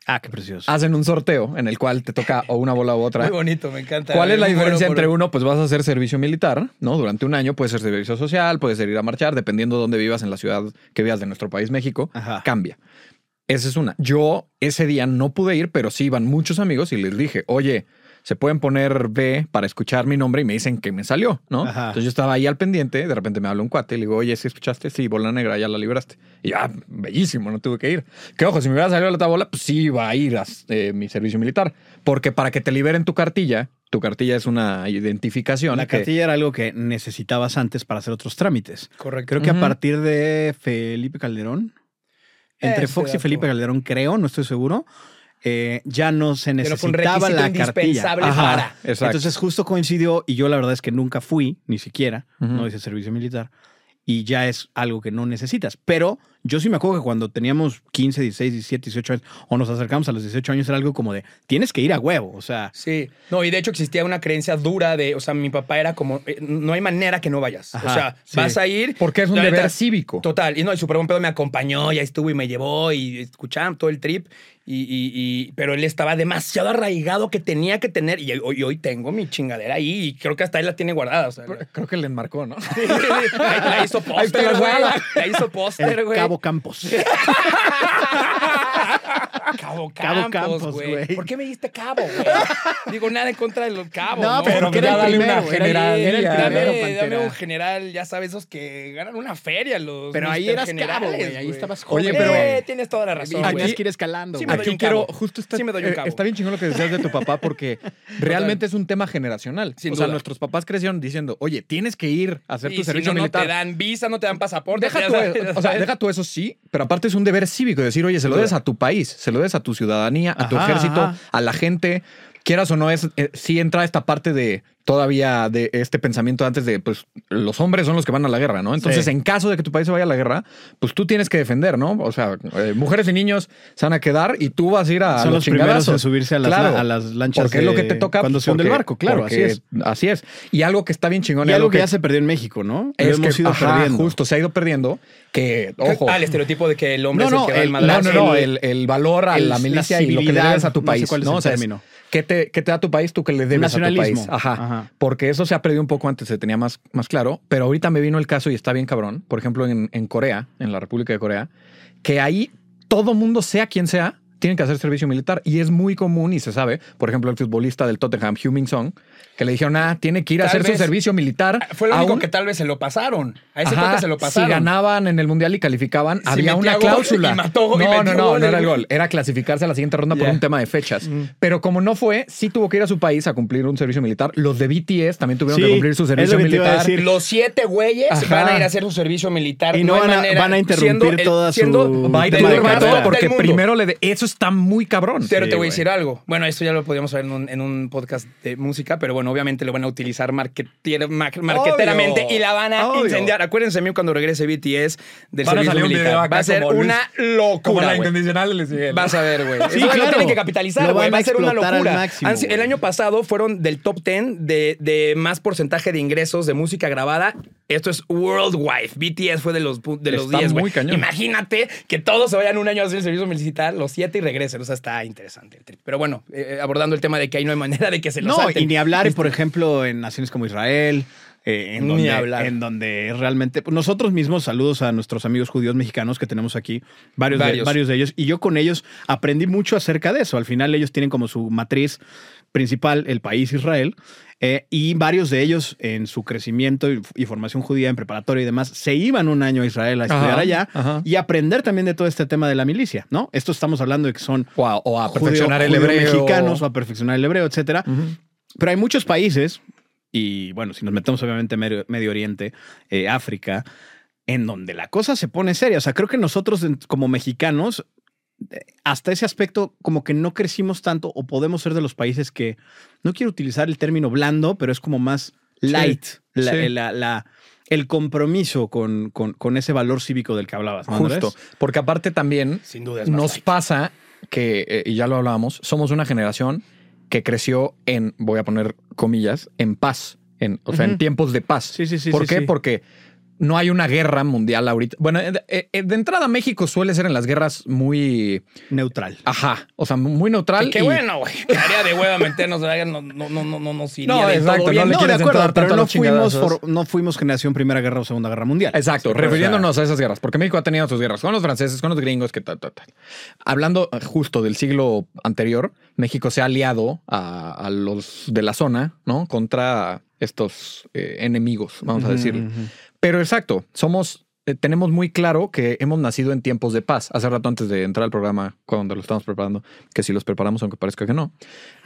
Speaker 1: Ah, qué precioso.
Speaker 3: Hacen un sorteo en el cual te toca o una bola u otra.
Speaker 2: Muy bonito, me encanta.
Speaker 3: ¿Cuál es la
Speaker 2: Me muero
Speaker 3: diferencia
Speaker 2: por-
Speaker 3: entre uno? Pues vas a hacer servicio militar, ¿no? Durante un año puede ser servicio social, puede ser ir a marchar, dependiendo de dónde vivas en la ciudad que vivas de nuestro país, México,
Speaker 1: Ajá.
Speaker 3: cambia. Esa es una. Yo ese día no pude ir, pero sí iban muchos amigos y les dije, oye, se pueden poner B para escuchar mi nombre y me dicen que me salió, ¿no?
Speaker 1: Ajá.
Speaker 3: Entonces yo estaba ahí al pendiente, de repente me habló un cuate y le digo, oye, ¿sí escuchaste? Sí, bola negra, ya la libraste. Y yo, ah, bellísimo, no tuve que ir. Que ojo, si me hubiera salido la otra bola, pues sí iba a ir a eh, mi servicio militar. Porque para que te liberen tu cartilla, tu cartilla es una identificación.
Speaker 1: la
Speaker 3: que-
Speaker 1: cartilla era algo que necesitabas antes para hacer otros trámites.
Speaker 2: Correcto.
Speaker 1: Creo que a
Speaker 3: Ujú.
Speaker 1: partir de Felipe Calderón, entre
Speaker 2: Ese
Speaker 1: Fox y
Speaker 2: dato.
Speaker 1: Felipe Calderón, creo, no estoy seguro, eh, ya no se
Speaker 2: Pero fue un
Speaker 1: necesitaba
Speaker 2: requisito
Speaker 1: la cartilla.
Speaker 2: indispensable
Speaker 3: Ajá,
Speaker 2: para.
Speaker 3: exacto.
Speaker 1: Entonces justo coincidió y yo la verdad es que nunca fui, ni siquiera,
Speaker 3: Ujú.
Speaker 1: no hice servicio militar. y ya es algo que no necesitas. Pero yo sí me acuerdo que cuando teníamos 15, 16, 17, 18 años, o nos acercamos a los 18 años, era algo como de, tienes que ir a huevo, o sea,
Speaker 2: Sí, no, y de hecho existía una creencia dura de, o sea, mi papá era como, eh, no hay manera que no vayas.
Speaker 1: Ajá,
Speaker 2: o sea,
Speaker 1: sí.
Speaker 2: vas a ir.
Speaker 3: Porque es un
Speaker 2: La
Speaker 3: deber
Speaker 2: neta,
Speaker 3: cívico.
Speaker 2: Total, y no, el Super Buen Pedo me acompañó, ya estuvo y me llevó y escuchaban todo el trip. Y, y- y- pero él estaba demasiado arraigado que tenía que tener, y, hoy- hoy tengo mi chingadera ahí, y creo que hasta él la tiene guardada. O sea, la,
Speaker 3: Creo que le enmarcó, ¿no? *laughs*
Speaker 2: la hizo
Speaker 3: Ahí está
Speaker 2: póster,
Speaker 3: la
Speaker 2: güey.
Speaker 3: guardada.
Speaker 2: La hizo
Speaker 1: el
Speaker 2: póster, güey.
Speaker 1: Cabo Campos.
Speaker 2: Ah, Cabo
Speaker 1: Cabo
Speaker 2: Campos,
Speaker 1: Campos,
Speaker 2: güey.
Speaker 1: güey.
Speaker 2: ¿Por qué me diste cabo, güey? Digo, nada en contra de los cabos.
Speaker 1: No,
Speaker 2: No,
Speaker 1: pero porque era
Speaker 3: ya
Speaker 1: el
Speaker 3: dale
Speaker 1: primero,
Speaker 3: una
Speaker 1: era el-
Speaker 3: general.
Speaker 1: era el
Speaker 3: ya,
Speaker 1: primero,
Speaker 3: ¿no?
Speaker 2: dame, dame
Speaker 1: Pantera.
Speaker 2: un general, ya sabes, esos que ganan una feria los
Speaker 1: Pero ahí
Speaker 2: Mr.
Speaker 1: eras cabo,
Speaker 2: generales,
Speaker 1: güey, ahí estabas
Speaker 2: Oye,
Speaker 1: joven,
Speaker 2: pero
Speaker 1: güey.
Speaker 2: tienes toda la razón,
Speaker 1: Y
Speaker 2: güey.
Speaker 1: tenías que ir escalando.
Speaker 2: Sí,
Speaker 1: güey.
Speaker 2: me doy
Speaker 3: Aquí
Speaker 2: un
Speaker 3: quiero,
Speaker 2: cabo.
Speaker 3: justo está,
Speaker 2: Sí me doy un
Speaker 3: eh,
Speaker 2: cabo.
Speaker 3: está bien chingón lo que decías de tu papá
Speaker 2: *laughs*
Speaker 3: porque realmente es un tema generacional.
Speaker 2: Sin
Speaker 3: o sea,
Speaker 2: duda.
Speaker 3: nuestros papás crecieron diciendo, oye, tienes que ir a hacer
Speaker 2: Y
Speaker 3: tu
Speaker 2: si
Speaker 3: servicio
Speaker 2: no,
Speaker 3: militar.
Speaker 2: No te dan visa, no te dan pasaporte.
Speaker 3: Deja
Speaker 2: ya
Speaker 3: tú,
Speaker 2: sabes,
Speaker 3: eh,
Speaker 2: ya
Speaker 3: o sea,
Speaker 2: sabes.
Speaker 3: deja tú eso sí, pero aparte es un deber cívico decir, oye, se lo des a tu país, se lo des a tu ciudadanía, a tu
Speaker 1: Ajá,
Speaker 3: ejército,
Speaker 1: ajá.
Speaker 3: a la gente. Quieras o no, es, eh, sí entra esta parte de todavía de este pensamiento antes de, pues, los hombres son los que van a la guerra, ¿no? Entonces,
Speaker 1: Sí.
Speaker 3: en caso de que tu país se vaya a la guerra, pues tú tienes que defender, ¿no? O sea, eh, mujeres y niños se van a quedar y tú vas a ir a
Speaker 1: Son los primeros
Speaker 3: chingadazos.
Speaker 1: en subirse a las- a las lanchas
Speaker 3: Porque es lo que
Speaker 1: de-
Speaker 3: te toca.
Speaker 1: cuando se hunde el
Speaker 3: porque-
Speaker 1: barco, claro,
Speaker 3: porque
Speaker 1: así
Speaker 3: Así es. Y algo que está bien chingón
Speaker 1: Y algo que
Speaker 3: que
Speaker 1: ya se perdió en México, ¿no? Lo
Speaker 3: es
Speaker 1: hemos
Speaker 3: que,
Speaker 1: ido
Speaker 3: ajá,
Speaker 1: perdiendo.
Speaker 3: justo se ha ido perdiendo que ojo
Speaker 2: Ah, el estereotipo de que el hombre
Speaker 3: no
Speaker 2: es el
Speaker 3: no
Speaker 2: que va al
Speaker 3: el, no,
Speaker 2: madrazo.
Speaker 3: no no, el, el valor a
Speaker 1: el-
Speaker 3: la
Speaker 1: la
Speaker 3: milicia y lo que le
Speaker 1: civilidad,
Speaker 3: debes a tu
Speaker 1: no sé
Speaker 3: país
Speaker 1: cuál es
Speaker 3: ¿no?
Speaker 1: el
Speaker 3: O sea, es,
Speaker 1: término.
Speaker 3: ¿qué, te, qué te da tu país tú que le debes a tu
Speaker 1: Nacionalismo.
Speaker 3: país ajá,
Speaker 1: Ajá.
Speaker 3: porque eso se ha perdido un poco antes se tenía más más claro pero ahorita me vino el caso y está bien cabrón por ejemplo en, en Corea en la República de Corea que ahí todo mundo sea quien sea tienen que hacer servicio militar y es muy común y se sabe, por ejemplo, el futbolista del Tottenham, Heung-Min Song, que le dijeron, ah, tiene que ir a
Speaker 2: Tal
Speaker 3: hacer su
Speaker 2: vez-
Speaker 3: servicio militar.
Speaker 2: Fue lo único
Speaker 3: aún-
Speaker 2: que tal vez se lo pasaron. A ese
Speaker 3: Ajá,
Speaker 2: toque se lo pasaron.
Speaker 3: Si ganaban en el mundial y calificaban,
Speaker 2: Si metía
Speaker 3: había una
Speaker 2: gol
Speaker 3: cláusula.
Speaker 2: y mató- y
Speaker 3: no,
Speaker 2: metió
Speaker 3: no, no,
Speaker 2: gol Mm.
Speaker 3: no
Speaker 2: el
Speaker 3: era el
Speaker 2: güey.
Speaker 3: gol. Era clasificarse a la siguiente ronda
Speaker 2: Ya.
Speaker 3: por un tema de fechas. Pero como no fue, sí tuvo que ir a su país a cumplir un servicio militar. Los de BTS también tuvieron
Speaker 1: Sí,
Speaker 3: que cumplir su
Speaker 1: es lo
Speaker 3: servicio
Speaker 1: que te iba a
Speaker 3: militar.
Speaker 1: decir.
Speaker 2: Los siete güeyes
Speaker 3: Ajá.
Speaker 2: van a ir a hacer su servicio militar.
Speaker 1: Y no
Speaker 2: hay
Speaker 1: van a-
Speaker 2: manera-
Speaker 1: van a interrumpir
Speaker 2: siendo el-
Speaker 1: toda su-
Speaker 2: siendo
Speaker 3: Va a ir
Speaker 1: Tema
Speaker 2: del
Speaker 1: de
Speaker 3: todo,
Speaker 2: más
Speaker 1: carrera.
Speaker 2: top del
Speaker 3: porque
Speaker 2: mundo.
Speaker 3: primero le de... Eso está muy cabrón.
Speaker 2: Pero
Speaker 1: Sí,
Speaker 2: te voy
Speaker 1: güey.
Speaker 2: a decir algo. Bueno, esto ya lo podíamos ver en un, en un podcast de música, pero bueno, obviamente lo van a utilizar marketier- ma- marqueteramente
Speaker 3: Obvio.
Speaker 2: y la van a
Speaker 3: Obvio.
Speaker 2: incendiar. Acuérdense mío cuando regrese BTS del
Speaker 3: Van a
Speaker 2: servicio
Speaker 3: salir un video
Speaker 2: militar.
Speaker 3: acá
Speaker 2: Va a ser
Speaker 3: como Luis-
Speaker 2: una locura. güey.
Speaker 3: incondicional de Luis Miguel.
Speaker 2: *laughs* Vas a ver, güey.
Speaker 1: Sí,
Speaker 2: Eso
Speaker 1: claro.
Speaker 2: Lo tienen que capitalizar,
Speaker 1: Lo
Speaker 2: güey.
Speaker 1: van
Speaker 2: Va a
Speaker 1: a
Speaker 2: ser una
Speaker 1: explotar al
Speaker 2: locura.
Speaker 1: máximo,
Speaker 2: Han si- el
Speaker 1: güey.
Speaker 2: año pasado fueron del top 10 de, de más porcentaje de ingresos de música grabada. Esto es worldwide. BTS fue de los, pu- de los
Speaker 3: Está
Speaker 2: 10, güey.
Speaker 3: muy cañón.
Speaker 2: Imagínate que todos se vayan un año a hacer el servicio militar, los 7 y regresen. O sea, está interesante el trip. Pero bueno, eh, abordando el tema de que ahí no hay manera de que se los
Speaker 1: No,
Speaker 2: salten.
Speaker 1: y ni hablar, por ejemplo, en naciones como Israel, eh, en,
Speaker 2: Ni
Speaker 1: donde,
Speaker 2: hablar.
Speaker 1: en donde realmente pues, nosotros mismos saludos a nuestros amigos judíos mexicanos que tenemos aquí, varios, De,
Speaker 2: Varios.
Speaker 1: varios de ellos, y yo con ellos aprendí mucho acerca de eso. Al final ellos tienen como su matriz principal el país Israel, eh, y varios de ellos en su crecimiento y, y formación judía en preparatoria y demás, se iban un año a Israel a estudiar
Speaker 3: Ajá,
Speaker 1: allá
Speaker 3: ajá.
Speaker 1: y aprender también de todo este tema de la milicia, ¿no? Esto estamos hablando de que son
Speaker 3: O a, o a
Speaker 1: judío-
Speaker 3: perfeccionar el
Speaker 1: judío
Speaker 3: hebreo.
Speaker 1: mexicanos o a perfeccionar el hebreo, etcétera.
Speaker 3: Ujú.
Speaker 1: Pero hay muchos países, y bueno, si nos metemos obviamente Medio, Medio Oriente, eh, África, en donde la cosa se pone seria. O sea, creo que nosotros en- como mexicanos, eh, hasta ese aspecto, como que no crecimos tanto o podemos ser de los países que, no quiero utilizar el término blando, pero es como más light, la-
Speaker 3: sí.
Speaker 1: la- la- el compromiso con, con- con ese valor cívico del que hablabas. ¿no, Andrés?
Speaker 3: Justo. Porque aparte también
Speaker 2: Sin duda es más
Speaker 3: nos
Speaker 2: light.
Speaker 3: pasa que, eh, y ya lo hablábamos, somos una generación que creció en, voy a poner comillas, en paz, en, o sea, en
Speaker 1: Ujú.
Speaker 3: tiempos de paz.
Speaker 1: Sí, sí, sí,
Speaker 3: ¿Por
Speaker 1: sí,
Speaker 3: qué?
Speaker 1: sí.
Speaker 3: Porque no hay una guerra mundial ahorita. Bueno, eh, eh, eh, de entrada México suele ser en las guerras muy,
Speaker 1: Neutral.
Speaker 3: ajá, o sea, muy neutral.
Speaker 2: Y qué
Speaker 3: y-
Speaker 2: bueno, güey. Que Haría de hueva meternos, no, no, no, no, no, no, iría
Speaker 3: No,
Speaker 2: del todo
Speaker 3: exacto, no
Speaker 2: bien.
Speaker 3: le
Speaker 1: No, de
Speaker 3: quieres
Speaker 1: acuerdo,
Speaker 3: entrar tanto
Speaker 1: pero
Speaker 3: a
Speaker 1: no
Speaker 3: los
Speaker 1: fuimos,
Speaker 3: chingadazos.
Speaker 1: for- no fuimos generación Primera Guerra o Segunda Guerra Mundial.
Speaker 3: Exacto,
Speaker 1: Sí,
Speaker 3: refiriéndonos a esas guerras, porque México ha tenido sus guerras con los franceses, con los gringos, que tal, tal, tal. Hablando eh, justo del siglo anterior, México se ha aliado a, a los de la zona, ¿no? Contra estos eh, enemigos, vamos a decirlo. Pero exacto, somos, eh, tenemos muy claro que hemos nacido en tiempos de paz. Hace rato antes de entrar al programa, cuando lo estamos preparando, que si los preparamos, aunque parezca que no,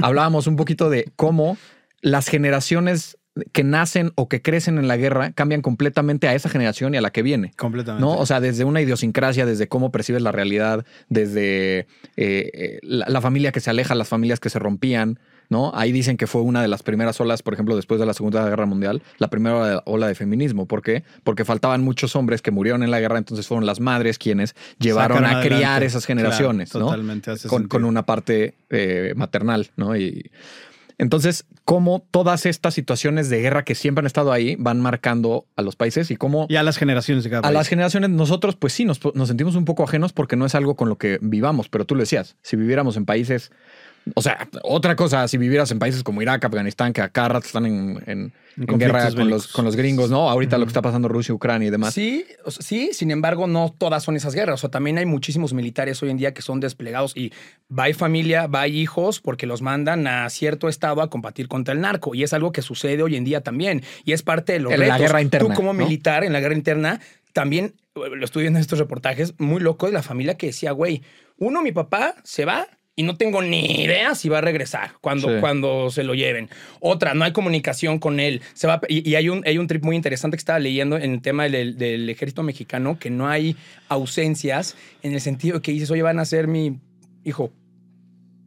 Speaker 3: hablábamos un poquito de cómo las generaciones que nacen o que crecen en la guerra cambian completamente a esa generación y a la que viene.
Speaker 1: Completamente.
Speaker 3: ¿no? O sea, desde una idiosincrasia, desde cómo percibes la realidad, desde eh, eh, la, la familia que se aleja, las familias que se rompían, ¿no? Ahí dicen que fue una de las primeras olas, por ejemplo, después de la Segunda Guerra Mundial, la primera ola de feminismo. ¿Por qué? Porque faltaban muchos hombres que murieron en la guerra, entonces fueron las madres quienes llevaron
Speaker 1: Sacaron
Speaker 3: a criar
Speaker 1: adelante.
Speaker 3: esas generaciones,
Speaker 1: Claro,
Speaker 3: ¿no?
Speaker 1: totalmente, hace
Speaker 3: con,
Speaker 1: sentido.
Speaker 3: con una parte eh, maternal, ¿no? Y entonces, cómo todas estas situaciones de guerra que siempre han estado ahí van marcando a los países y cómo
Speaker 1: Y a las generaciones de cada
Speaker 3: a
Speaker 1: país.
Speaker 3: las generaciones, nosotros pues sí, nos, nos sentimos un poco ajenos porque no es algo con lo que vivamos, pero tú lo decías, si viviéramos en países, o sea, otra cosa, si vivieras en países como Irak, Afganistán, que acá a ratos están en, en- en guerra
Speaker 1: conflictos
Speaker 3: con los,
Speaker 1: bélicos.
Speaker 3: con los gringos, ¿no? Ahorita lo que está pasando Rusia, Ucrania y demás.
Speaker 2: Sí, o sea, sí, sin embargo, no todas son esas guerras. O sea, también hay muchísimos militares hoy en día que son desplegados y va y familia, va y hijos, porque los mandan a cierto estado a combatir contra el narco. Y es algo que sucede hoy en día también. Y es parte de los
Speaker 3: En la
Speaker 2: retos.
Speaker 3: guerra interna,
Speaker 2: Tú como
Speaker 3: ¿no?
Speaker 2: militar en la guerra interna, también eh, lo estoy viendo en estos reportajes muy loco de la familia que decía, güey, uno, mi papá se va. Y no tengo ni idea si va a regresar cuando,
Speaker 3: Sí.
Speaker 2: cuando se lo lleven. Otra, no hay comunicación con él. Se va, y, y hay, un, hay un trip muy interesante que estaba leyendo en el tema del, del ejército mexicano, que no hay ausencias en el sentido que dices, oye, van a ser mi hijo.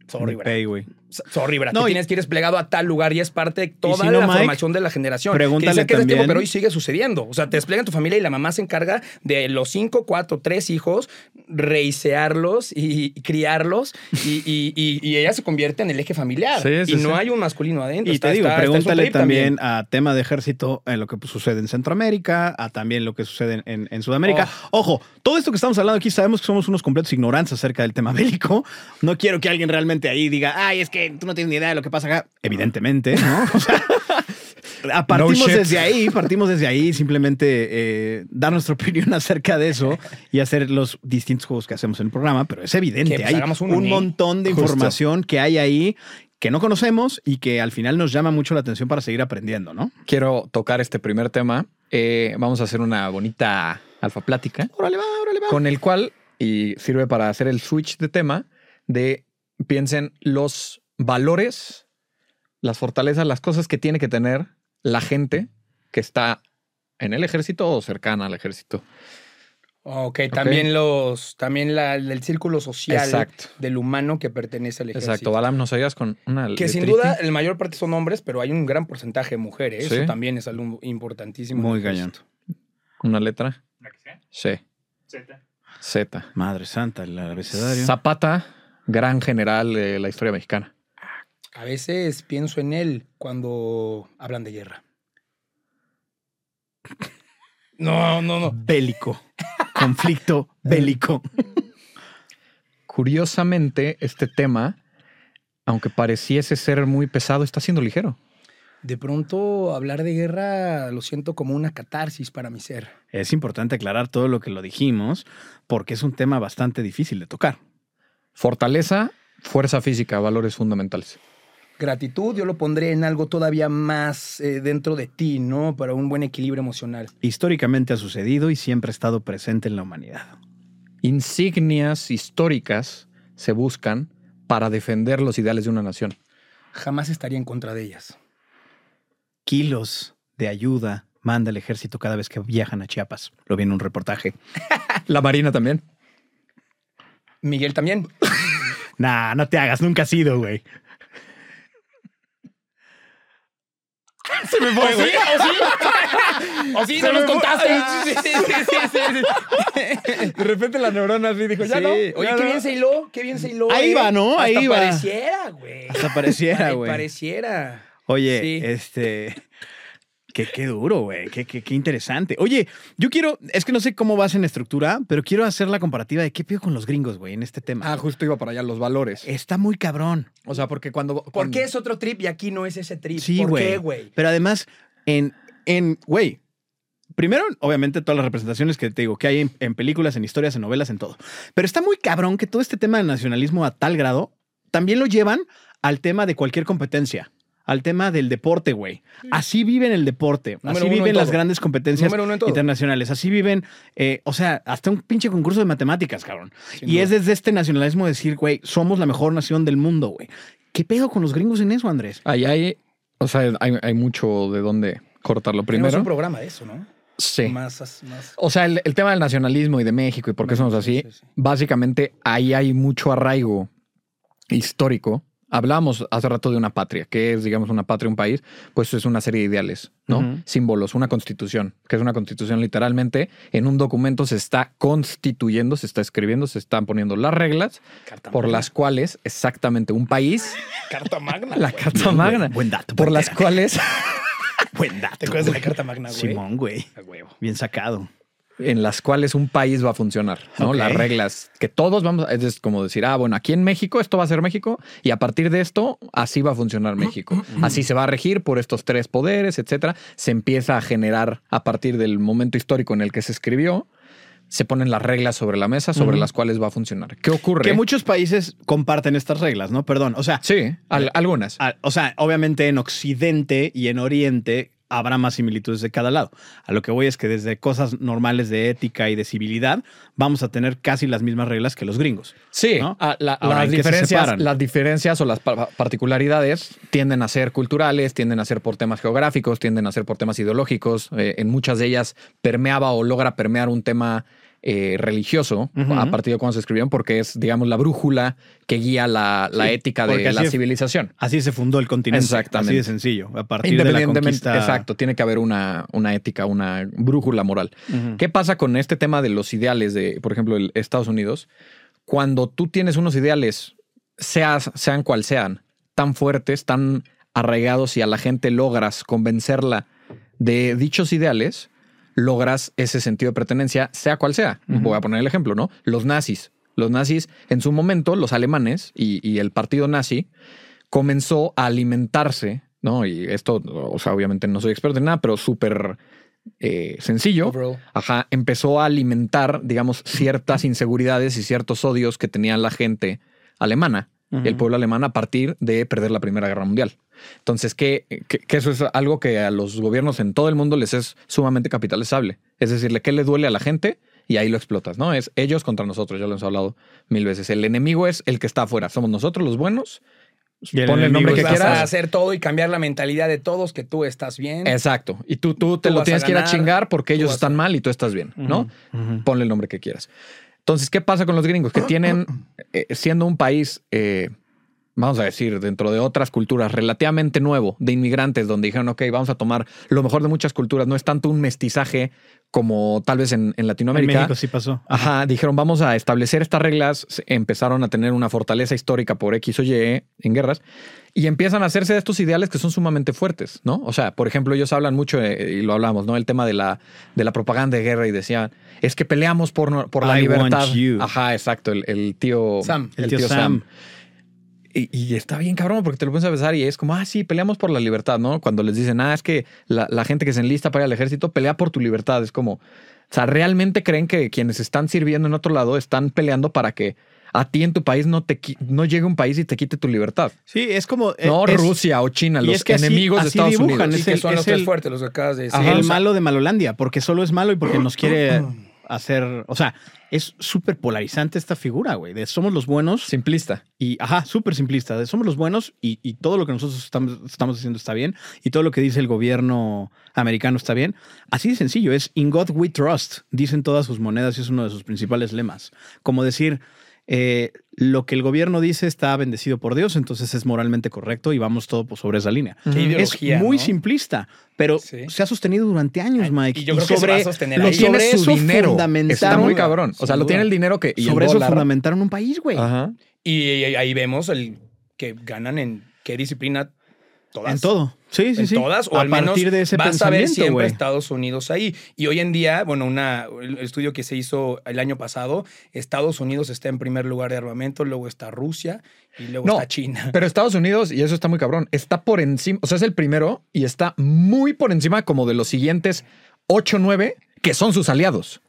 Speaker 2: Sorry, bro.
Speaker 1: Ey, güey.
Speaker 2: Sorry, bro.
Speaker 1: No,
Speaker 2: Tú
Speaker 1: y-
Speaker 2: tienes que ir desplegado a tal lugar y es parte de toda
Speaker 1: si no,
Speaker 2: la
Speaker 1: Mike,
Speaker 2: formación de la generación.
Speaker 1: pregúntale
Speaker 2: Que dicen que es de
Speaker 1: también-
Speaker 2: tiempo, pero hoy sigue sucediendo. O sea, te desplegan tu familia y la mamá se encarga de los cinco, cuatro, tres hijos, reisearlos y, y criarlos y, y- y- y ella se convierte en el eje familiar.
Speaker 3: Sí, sí,
Speaker 2: y no
Speaker 3: sí.
Speaker 2: hay un masculino adentro.
Speaker 1: Y
Speaker 2: Está-
Speaker 1: te digo,
Speaker 2: está- está en su
Speaker 1: pregúntale
Speaker 2: trip
Speaker 1: también, a tema de ejército, en lo que pues, sucede en Centroamérica, a también lo que sucede en, en Sudamérica.
Speaker 2: Oh.
Speaker 1: Ojo, todo esto que estamos hablando aquí sabemos que somos unos completos ignorantes acerca del tema bélico. No quiero que alguien realmente ahí diga, ay, es que tú no tienes ni idea de lo que pasa acá. Evidentemente, ¿no? *laughs* O sea, a- partimos
Speaker 3: No shit.
Speaker 1: desde ahí, partimos desde ahí, simplemente eh, dar nuestra *laughs* opinión acerca de eso y hacer los distintos juegos que hacemos en el programa, pero es evidente,
Speaker 2: Que, pues,
Speaker 1: hay
Speaker 2: hagamos uno,
Speaker 1: un
Speaker 2: ¿eh?
Speaker 1: montón de
Speaker 3: Justo.
Speaker 1: información que hay ahí que no conocemos y que al final nos llama mucho la atención para seguir aprendiendo, ¿no?
Speaker 3: Quiero tocar este primer tema. Eh, vamos a hacer una bonita alfa plática.
Speaker 1: Órale, va, órale, va.
Speaker 3: con el cual, y sirve para hacer el switch de tema, de piensen los valores, las fortalezas, las cosas que tiene que tener la gente que está en el ejército o cercana al ejército.
Speaker 2: Ok, también los, también la, el círculo social
Speaker 3: Exacto.
Speaker 2: del humano que pertenece al ejército.
Speaker 3: Exacto, Balam, nos ayudas con una...
Speaker 2: Que sin
Speaker 3: letrita?
Speaker 2: duda, el mayor parte son hombres, pero hay un gran porcentaje de mujeres.
Speaker 3: Sí.
Speaker 2: Eso también es algo importantísimo.
Speaker 1: Muy
Speaker 2: en el
Speaker 1: cañón.
Speaker 3: Una letra.
Speaker 4: ¿La que sea?
Speaker 3: Sí.
Speaker 4: Z.
Speaker 3: Z.
Speaker 1: Madre santa, el abecedario.
Speaker 3: Zapata, gran general de la historia mexicana.
Speaker 2: A veces pienso en él cuando hablan de guerra. *laughs* No, no, no.
Speaker 1: bélico. Conflicto bélico.
Speaker 3: Curiosamente, este tema, aunque pareciese ser muy pesado, está siendo ligero.
Speaker 2: De pronto hablar de guerra lo siento como una catarsis para mi ser.
Speaker 1: Es importante aclarar todo lo que lo dijimos porque es un tema bastante difícil de tocar.
Speaker 3: Fortaleza, fuerza física, valores fundamentales.
Speaker 2: Gratitud yo lo pondré en algo todavía más eh, dentro de ti, ¿no? Para un buen equilibrio emocional.
Speaker 1: Históricamente ha sucedido y siempre ha estado presente en la humanidad.
Speaker 3: Insignias históricas se buscan para defender los ideales de una nación. *laughs*
Speaker 2: Jamás estaría en contra de ellas.
Speaker 1: Kilos de ayuda manda el ejército cada vez que viajan a Chiapas. Lo vi en un reportaje.
Speaker 3: La Marina también.
Speaker 2: Miguel también.
Speaker 1: Nah, no te hagas, nunca has ido, güey.
Speaker 3: Se me fue, güey.
Speaker 2: *laughs* O sí, no nos contaste. Sí, sí, sí, sí, sí, sí.
Speaker 3: De repente la neurona así dijo,
Speaker 2: Sí. Oye, qué bien se hiló, qué bien se hiló.
Speaker 1: Ahí
Speaker 2: eh.
Speaker 1: va, ¿no?
Speaker 2: Hasta
Speaker 1: Ahí va.
Speaker 2: Pareciera, güey.
Speaker 1: Hasta pareciera, *laughs*
Speaker 2: Pare-
Speaker 1: güey.
Speaker 2: Pareciera.
Speaker 1: Oye,
Speaker 2: Sí.
Speaker 1: este. Qué, qué duro, güey. Qué, qué- qué interesante. Oye, yo quiero. Es que no sé cómo vas en estructura, pero quiero hacer la comparativa de qué pido con los gringos, güey, en este tema.
Speaker 3: Ah, justo iba para allá, los valores.
Speaker 1: Está muy cabrón.
Speaker 3: Eh, O sea, porque cuando...
Speaker 2: ¿Por qué es otro trip y aquí no es ese trip?
Speaker 1: Sí,
Speaker 2: ¿Por
Speaker 1: güey.
Speaker 2: qué, güey?
Speaker 1: Pero además, en. en güey. Primero, obviamente, todas las representaciones que te digo que hay en, en películas, en historias, en novelas, en todo. Pero está muy cabrón que todo este tema de nacionalismo a tal grado también lo llevan al tema de cualquier competencia, al tema del deporte, güey. Así viven el deporte,
Speaker 2: Mm. Número
Speaker 1: así
Speaker 2: uno en
Speaker 1: viven las
Speaker 2: todo.
Speaker 1: grandes competencias
Speaker 2: Número uno en todo.
Speaker 1: internacionales, así viven, eh, o sea, hasta un pinche concurso de matemáticas, cabrón.
Speaker 2: Sin
Speaker 1: y
Speaker 2: duda.
Speaker 1: es desde este nacionalismo decir, güey, somos la mejor nación del mundo, güey. ¿Qué pedo con los gringos en eso, Andrés?
Speaker 3: Ahí hay... O sea, hay, hay mucho de dónde cortarlo
Speaker 2: Tenemos
Speaker 3: primero.
Speaker 2: un programa de eso, ¿no?
Speaker 3: Sí.
Speaker 2: Más, as- más.
Speaker 3: O sea, el, el tema del nacionalismo y de México y por qué somos así,
Speaker 2: Sí, sí.
Speaker 3: básicamente ahí hay mucho arraigo histórico Hablamos hace rato de una patria, que es, digamos, una patria, un país, pues es una serie de ideales, ¿no?
Speaker 1: Ujú.
Speaker 3: Símbolos, una constitución, que es una constitución literalmente, en un documento se está constituyendo, se está escribiendo, se están poniendo las reglas
Speaker 2: Carta
Speaker 3: por
Speaker 2: magna.
Speaker 3: las cuales exactamente un país,
Speaker 2: Carta magna.
Speaker 3: la
Speaker 2: güey.
Speaker 3: Carta Magna,
Speaker 1: Buen dato.
Speaker 3: por las
Speaker 1: Pantera.
Speaker 3: cuales
Speaker 1: Buen dato.
Speaker 2: ¿Te acuerdas de la
Speaker 1: güey.
Speaker 2: carta magna, güey?
Speaker 1: Simón, güey.
Speaker 2: A huevo.
Speaker 1: Bien sacado.
Speaker 3: en las cuales un país va a funcionar, ¿no?
Speaker 1: Ok.
Speaker 3: Las reglas que todos vamos, a- es como decir, ah, bueno, aquí en México esto va a ser México y a partir de esto así va a funcionar México. Así se va a regir por estos tres poderes, etcétera. Se empieza a generar a partir del momento histórico en el que se escribió, se ponen las reglas sobre la mesa sobre
Speaker 1: Ujú.
Speaker 3: las cuales va a funcionar. ¿Qué ocurre?
Speaker 1: Que muchos países comparten estas reglas, ¿no? Perdón. O sea,
Speaker 3: Sí, al- algunas.
Speaker 1: a- o sea, obviamente en Occidente y en Oriente habrá más similitudes de cada lado. A lo que voy es que desde cosas normales de ética y de civilidad vamos a tener casi las mismas reglas que los gringos.
Speaker 3: Sí,
Speaker 1: ¿no?
Speaker 3: a- la-
Speaker 1: Ahora,
Speaker 3: las,
Speaker 1: ¿en qué se
Speaker 3: diferencias,
Speaker 1: separan?
Speaker 3: las diferencias o las pa- particularidades tienden a ser culturales, tienden a ser por temas geográficos, tienden a ser por temas ideológicos. Eh, en muchas de ellas permeaba o logra permear un tema eh, religioso
Speaker 1: Ujú.
Speaker 3: a partir de cuando se escribieron, porque es, digamos, la brújula que guía la, la
Speaker 1: Sí,
Speaker 3: ética
Speaker 1: porque
Speaker 3: de
Speaker 1: así
Speaker 3: la
Speaker 1: es.
Speaker 3: civilización.
Speaker 1: Así se fundó el continente.
Speaker 3: Exactamente.
Speaker 1: Así de sencillo. A partir de la conquista.
Speaker 3: exacto, tiene que haber una, una ética, una brújula moral.
Speaker 1: Ujú.
Speaker 3: ¿Qué pasa con este tema de los ideales de, por ejemplo, el Estados Unidos? Cuando tú tienes unos ideales, seas, sean cual sean, tan fuertes, tan arraigados y a la gente logras convencerla de dichos ideales, logras ese sentido de pertenencia, sea cual sea. Voy a poner el ejemplo, ¿no? Los nazis. Los nazis, en su momento, los alemanes y, y el partido nazi comenzó a alimentarse, ¿no? Y esto, o sea, obviamente no soy experto en nada, pero súper eh, sencillo.
Speaker 2: Overall.
Speaker 3: Ajá, empezó a alimentar, digamos, ciertas inseguridades y ciertos odios que tenía la gente alemana,
Speaker 1: Ujú.
Speaker 3: el pueblo alemán, a partir de perder la Primera Guerra Mundial. Entonces, que, que- que eso es algo que a los gobiernos en todo el mundo les es sumamente capitalizable. Es decirle, ¿qué le duele a la gente? Y ahí lo explotas, ¿no? Es ellos contra nosotros, ya lo hemos hablado mil veces. El enemigo es el que está afuera, somos nosotros los buenos.
Speaker 1: Y el
Speaker 3: Ponle el
Speaker 1: enemigo
Speaker 3: nombre
Speaker 1: es
Speaker 3: que
Speaker 1: la
Speaker 2: Pues vas a
Speaker 3: quieras.
Speaker 2: hacer todo y cambiar la mentalidad de todos que tú estás bien.
Speaker 3: Exacto. Y tú, tú te
Speaker 2: Tú vas
Speaker 3: lo
Speaker 2: a
Speaker 3: tienes que ir a
Speaker 2: ganar,
Speaker 3: chingar porque
Speaker 2: tú
Speaker 3: ellos
Speaker 2: vas a-
Speaker 3: están mal y tú estás bien, ¿no?
Speaker 1: Ujú.
Speaker 3: ponle el nombre que quieras. Entonces, ¿qué pasa con los gringos? Que tienen, eh, siendo un país, eh, vamos a decir, dentro de otras culturas, relativamente nuevo, de inmigrantes, donde dijeron, ok, vamos a tomar lo mejor de muchas culturas, no es tanto un mestizaje como tal vez en, en
Speaker 1: En
Speaker 3: Latinoamérica.
Speaker 1: México sí pasó.
Speaker 3: Ajá, dijeron, vamos a establecer estas reglas. Se- Empezaron a tener una fortaleza histórica por X o Y en guerras y empiezan a hacerse de estos ideales que son sumamente fuertes, ¿no? O sea, por ejemplo, ellos hablan mucho eh, y lo hablamos, ¿no? El tema de la, de la propaganda de guerra y decían, es que peleamos por, no- por la
Speaker 1: I want
Speaker 3: libertad.
Speaker 1: you.
Speaker 3: Ajá, exacto. El, el tío
Speaker 2: Sam.
Speaker 1: El, tío, Sam.
Speaker 3: y, y está bien cabrón porque te lo pones a pensar y es como, ah, sí, peleamos por la libertad, ¿no? Cuando les dicen, ah, es que la, la gente que se enlista para ir al ejército pelea por tu libertad. Es como, o sea, realmente creen que quienes están sirviendo en otro lado están peleando para que a ti en tu país no te qui- no llegue un país y te quite tu libertad.
Speaker 1: Sí, es como. eh,
Speaker 3: no
Speaker 1: es-
Speaker 3: Rusia o China,
Speaker 1: y
Speaker 3: los
Speaker 1: es que así-
Speaker 3: enemigos
Speaker 1: así
Speaker 3: de Estados
Speaker 1: dibujan,
Speaker 3: Unidos.
Speaker 2: Sí,
Speaker 1: es
Speaker 2: que
Speaker 1: el-
Speaker 2: son los
Speaker 1: es
Speaker 2: tres
Speaker 1: el-
Speaker 2: fuertes los que acabas de decir.
Speaker 3: Ajá,
Speaker 1: el
Speaker 3: o sea-
Speaker 1: malo de Malolandia, porque solo es malo y porque nos quiere hacer. O sea, es súper polarizante esta figura, güey. De somos los buenos
Speaker 3: Simplista.
Speaker 1: y, ajá, súper simplista. De somos los buenos y, y todo lo que nosotros estamos, estamos haciendo está bien y todo lo que dice el gobierno americano está bien. Así de sencillo, es In God We Trust, dicen todas sus monedas y es uno de sus principales lemas. Como decir. eh, lo que el gobierno dice está bendecido por Dios, entonces es moralmente correcto y vamos todo por sobre esa línea.
Speaker 2: Qué ideología,
Speaker 1: Mm. Es muy
Speaker 2: ¿no?
Speaker 1: simplista, pero
Speaker 2: Sí.
Speaker 1: se ha sostenido durante años, Mike.
Speaker 2: y yo creo que se va a sostener
Speaker 1: lo-
Speaker 2: ahí.
Speaker 1: sobre
Speaker 3: Tiene su
Speaker 1: eso
Speaker 3: dinero. Está
Speaker 1: fundamentaron-
Speaker 3: muy cabrón. O sea,
Speaker 2: Sin
Speaker 3: lo tiene
Speaker 2: duda.
Speaker 3: el dinero que. y el
Speaker 1: sobre eso
Speaker 3: dólar.
Speaker 1: fundamentaron un país, güey.
Speaker 3: Ajá.
Speaker 2: Y, y ahí vemos el que ganan en qué disciplina todas.
Speaker 1: En todo. Sí, sí,
Speaker 2: en
Speaker 1: sí.
Speaker 2: todas, o
Speaker 1: a
Speaker 2: al menos
Speaker 1: partir de ese
Speaker 2: vas a ver
Speaker 1: pensamiento,
Speaker 2: siempre
Speaker 1: güey.
Speaker 2: Estados Unidos ahí. Y hoy en día, bueno, una, el estudio que se hizo el año pasado, Estados Unidos está en primer lugar de armamento, luego está Rusia y luego
Speaker 3: No,
Speaker 2: está China.
Speaker 3: Pero Estados Unidos, y eso está muy cabrón, está por encima, o sea, es el primero y está muy por encima como de los siguientes 8, 9, que son sus aliados.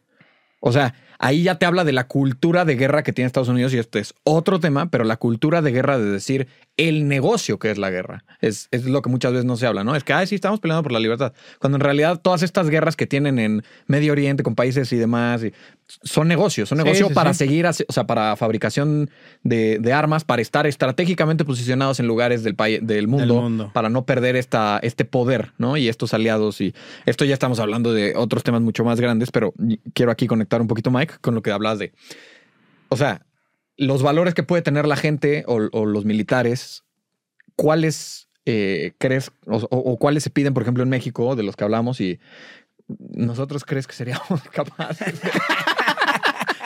Speaker 3: O sea, ahí ya te habla de la cultura de guerra que tiene Estados Unidos y este es otro tema, pero la cultura de guerra de decir el negocio que es la guerra. Es, es lo que muchas veces no se habla, ¿no? Es que, ay, sí, estamos peleando por la libertad. Cuando en realidad todas estas guerras que tienen en Medio Oriente con países y demás y- son negocios, son
Speaker 1: Sí,
Speaker 3: negocios
Speaker 1: sí,
Speaker 3: para
Speaker 1: sí.
Speaker 3: seguir, hace- o sea, para fabricación de, de armas, para estar estratégicamente posicionados en lugares del, país del, mundo,
Speaker 1: mundo.
Speaker 3: para no perder esta, este poder, ¿no? Y estos aliados y esto ya estamos hablando de otros temas mucho más grandes, pero quiero aquí conectar un poquito, Mike, con lo que hablas de, o sea, los valores que puede tener la gente o, o los militares ¿cuáles eh, crees o, o- o cuáles se piden, por ejemplo, en México, de los que hablamos y nosotros crees que seríamos *laughs* capaces?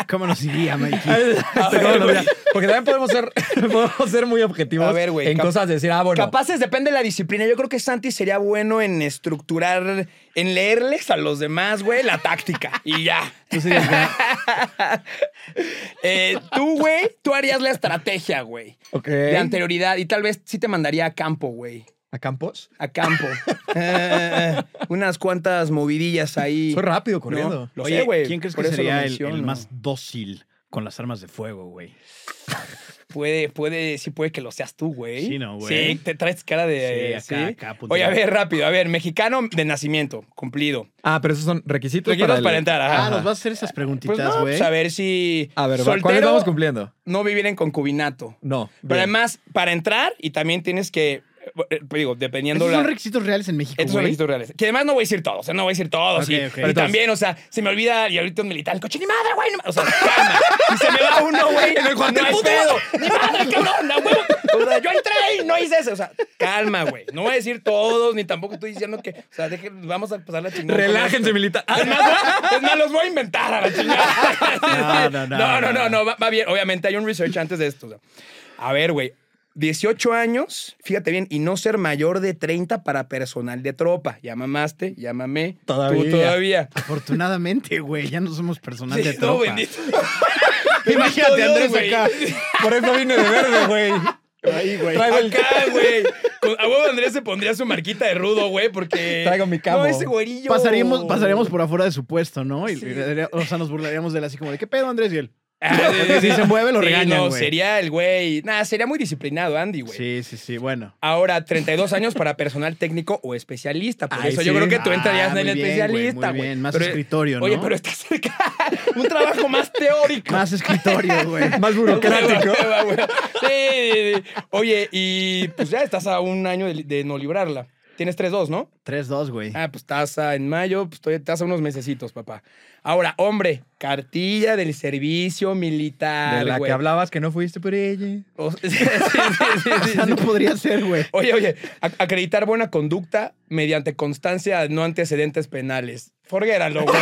Speaker 1: ¿Cómo nos iría, *laughs* Mikey?
Speaker 3: *laughs*
Speaker 2: A ver,
Speaker 3: No, no,
Speaker 2: güey.
Speaker 3: mira, porque también podemos ser, *laughs* podemos ser muy objetivos
Speaker 2: A ver, güey,
Speaker 3: en
Speaker 2: cap-
Speaker 3: cosas de decir, ah, bueno,
Speaker 2: Capaces depende de la disciplina. Yo creo que Santi sería bueno en estructurar, en leerles a los demás, güey,
Speaker 1: *laughs*
Speaker 2: la táctica. Y ya.
Speaker 1: Tú serías gran-
Speaker 2: Eh, tú, güey, tú harías la estrategia, güey.
Speaker 3: ok.
Speaker 2: De anterioridad. Y tal vez sí te mandaría a campo, güey.
Speaker 3: ¿A Campos?
Speaker 1: *laughs*
Speaker 2: A campo. Eh, unas cuantas movidillas ahí.
Speaker 3: Soy rápido corriendo.
Speaker 2: Lo
Speaker 1: Oye,
Speaker 2: sé, güey.
Speaker 1: ¿quién crees
Speaker 2: Por
Speaker 1: que
Speaker 2: eso lo
Speaker 1: sería el,
Speaker 2: menciono.
Speaker 1: el más dócil con las armas de fuego, güey?
Speaker 2: Puede, puede, sí puede que lo seas tú, güey.
Speaker 1: Sí, no, güey.
Speaker 2: Sí, te traes cara de... eh,
Speaker 1: Sí, acá,
Speaker 2: sí.
Speaker 1: acá, punteado.
Speaker 2: Oye, a ver, rápido. A ver, mexicano de nacimiento, cumplido.
Speaker 3: Ah, pero esos son requisitos,
Speaker 2: Requisitos
Speaker 3: el-
Speaker 2: para entrar, ajá.
Speaker 3: Ah,
Speaker 1: Ah, nos vas a hacer esas
Speaker 2: Pues
Speaker 1: preguntitas,
Speaker 2: no,
Speaker 1: güey.
Speaker 2: pues a ver si...
Speaker 3: A ver, va,
Speaker 2: soltero,
Speaker 3: ¿cuáles vamos cumpliendo?
Speaker 2: No vivir en concubinato.
Speaker 3: No.
Speaker 2: Pero
Speaker 3: bien.
Speaker 2: además, para entrar, y también tienes que... eh, Digo, dependiendo
Speaker 1: Esos
Speaker 2: la...
Speaker 1: son requisitos reales en México,
Speaker 2: Estos son
Speaker 1: güey.
Speaker 2: requisitos reales. Que además no voy a decir todos, o sea, no voy a decir todos.
Speaker 1: Ok,
Speaker 2: y-
Speaker 1: ok.
Speaker 2: y
Speaker 1: Entonces-
Speaker 2: también, o sea, se me olvida y ahorita un militar, el coche, ni madre, güey. no ma- o sea, calma. Si se me va uno, güey.
Speaker 3: En el cuartel,
Speaker 2: no hay
Speaker 3: puto.
Speaker 2: pedo. Ni *laughs* madre, cabrón, la huevo. O sea, yo entré y no hice eso. O sea, calma, güey. No voy a decir todos, ni tampoco estoy diciendo que, o sea, dejen, vamos a pasar la chingada. con
Speaker 3: Relájense,
Speaker 2: esto.
Speaker 3: militar.
Speaker 2: Es más, va- es más, los voy a inventar a la
Speaker 1: No,
Speaker 2: chingada.
Speaker 1: no, no,
Speaker 2: No,
Speaker 1: no,
Speaker 2: no,
Speaker 1: no.
Speaker 2: no, no, va, va bien. Obviamente hay un research antes de esto. o sea. A ver, güey. 18 años, fíjate bien, y no ser mayor de 30 para personal de tropa. Ya mamaste, llámame.
Speaker 3: Todavía.
Speaker 2: Tú todavía.
Speaker 1: Afortunadamente, güey, ya no somos personal de
Speaker 2: Sí,
Speaker 1: tropa.
Speaker 2: no, bendito.
Speaker 1: *laughs* Imagínate,
Speaker 2: Dios,
Speaker 1: Andrés
Speaker 2: güey.
Speaker 1: acá.
Speaker 3: Por eso vine de verde, güey.
Speaker 1: Ahí, güey.
Speaker 3: Traigo el-
Speaker 2: Acá, güey. Con- A huevo Andrés se pondría su marquita de rudo, güey, porque.
Speaker 3: Traigo mi camo.
Speaker 2: No, ese güerillo.
Speaker 1: Pasaríamos, pasaríamos por afuera de su puesto, ¿no? Y, y- o sea, nos burlaríamos de él así como de, ¿qué pedo, Andrés? Y él,
Speaker 2: Ah, sí, sí,
Speaker 1: Si
Speaker 2: sí.
Speaker 1: se mueve, *laughs* lo
Speaker 2: Sí,
Speaker 1: regañan,
Speaker 2: No,
Speaker 1: güey.
Speaker 2: sería el güey. Nada, sería muy disciplinado, Andy, güey.
Speaker 1: Sí, sí, sí, bueno.
Speaker 2: Ahora, 32 años para personal técnico o especialista. Por
Speaker 3: Ay,
Speaker 2: eso yo
Speaker 3: sí.
Speaker 2: creo que tú entrarías
Speaker 1: Ah,
Speaker 2: en el
Speaker 1: muy bien, güey,
Speaker 2: especialista,
Speaker 1: muy
Speaker 2: güey.
Speaker 1: bien. Más
Speaker 2: Pero-
Speaker 1: escritorio, ¿no?
Speaker 2: Oye, pero está cerca. *laughs* Un trabajo más teórico. *laughs*
Speaker 1: Más escritorio, güey.
Speaker 3: Más burocrático.
Speaker 2: Hueva, hueva, hueva. Sí, sí, sí. Oye, y pues ya estás a un año de, de no librarla. Tienes 3-2, ¿no?
Speaker 1: 3-2, güey.
Speaker 2: Ah, pues estás a- en mayo, pues todavía estás a unos mesecitos, papá. Ahora, hombre, cartilla del servicio militar,
Speaker 3: De la
Speaker 2: güey.
Speaker 3: que hablabas que no fuiste por ella.
Speaker 2: O- *laughs* sí, sí, sí,
Speaker 1: *laughs* O
Speaker 2: sí,
Speaker 1: sea,
Speaker 2: sí.
Speaker 1: no podría ser, güey.
Speaker 2: Oye, oye, ac- acreditar buena conducta mediante constancia no antecedentes penales.
Speaker 1: *laughs*
Speaker 2: Forguéralo, güey.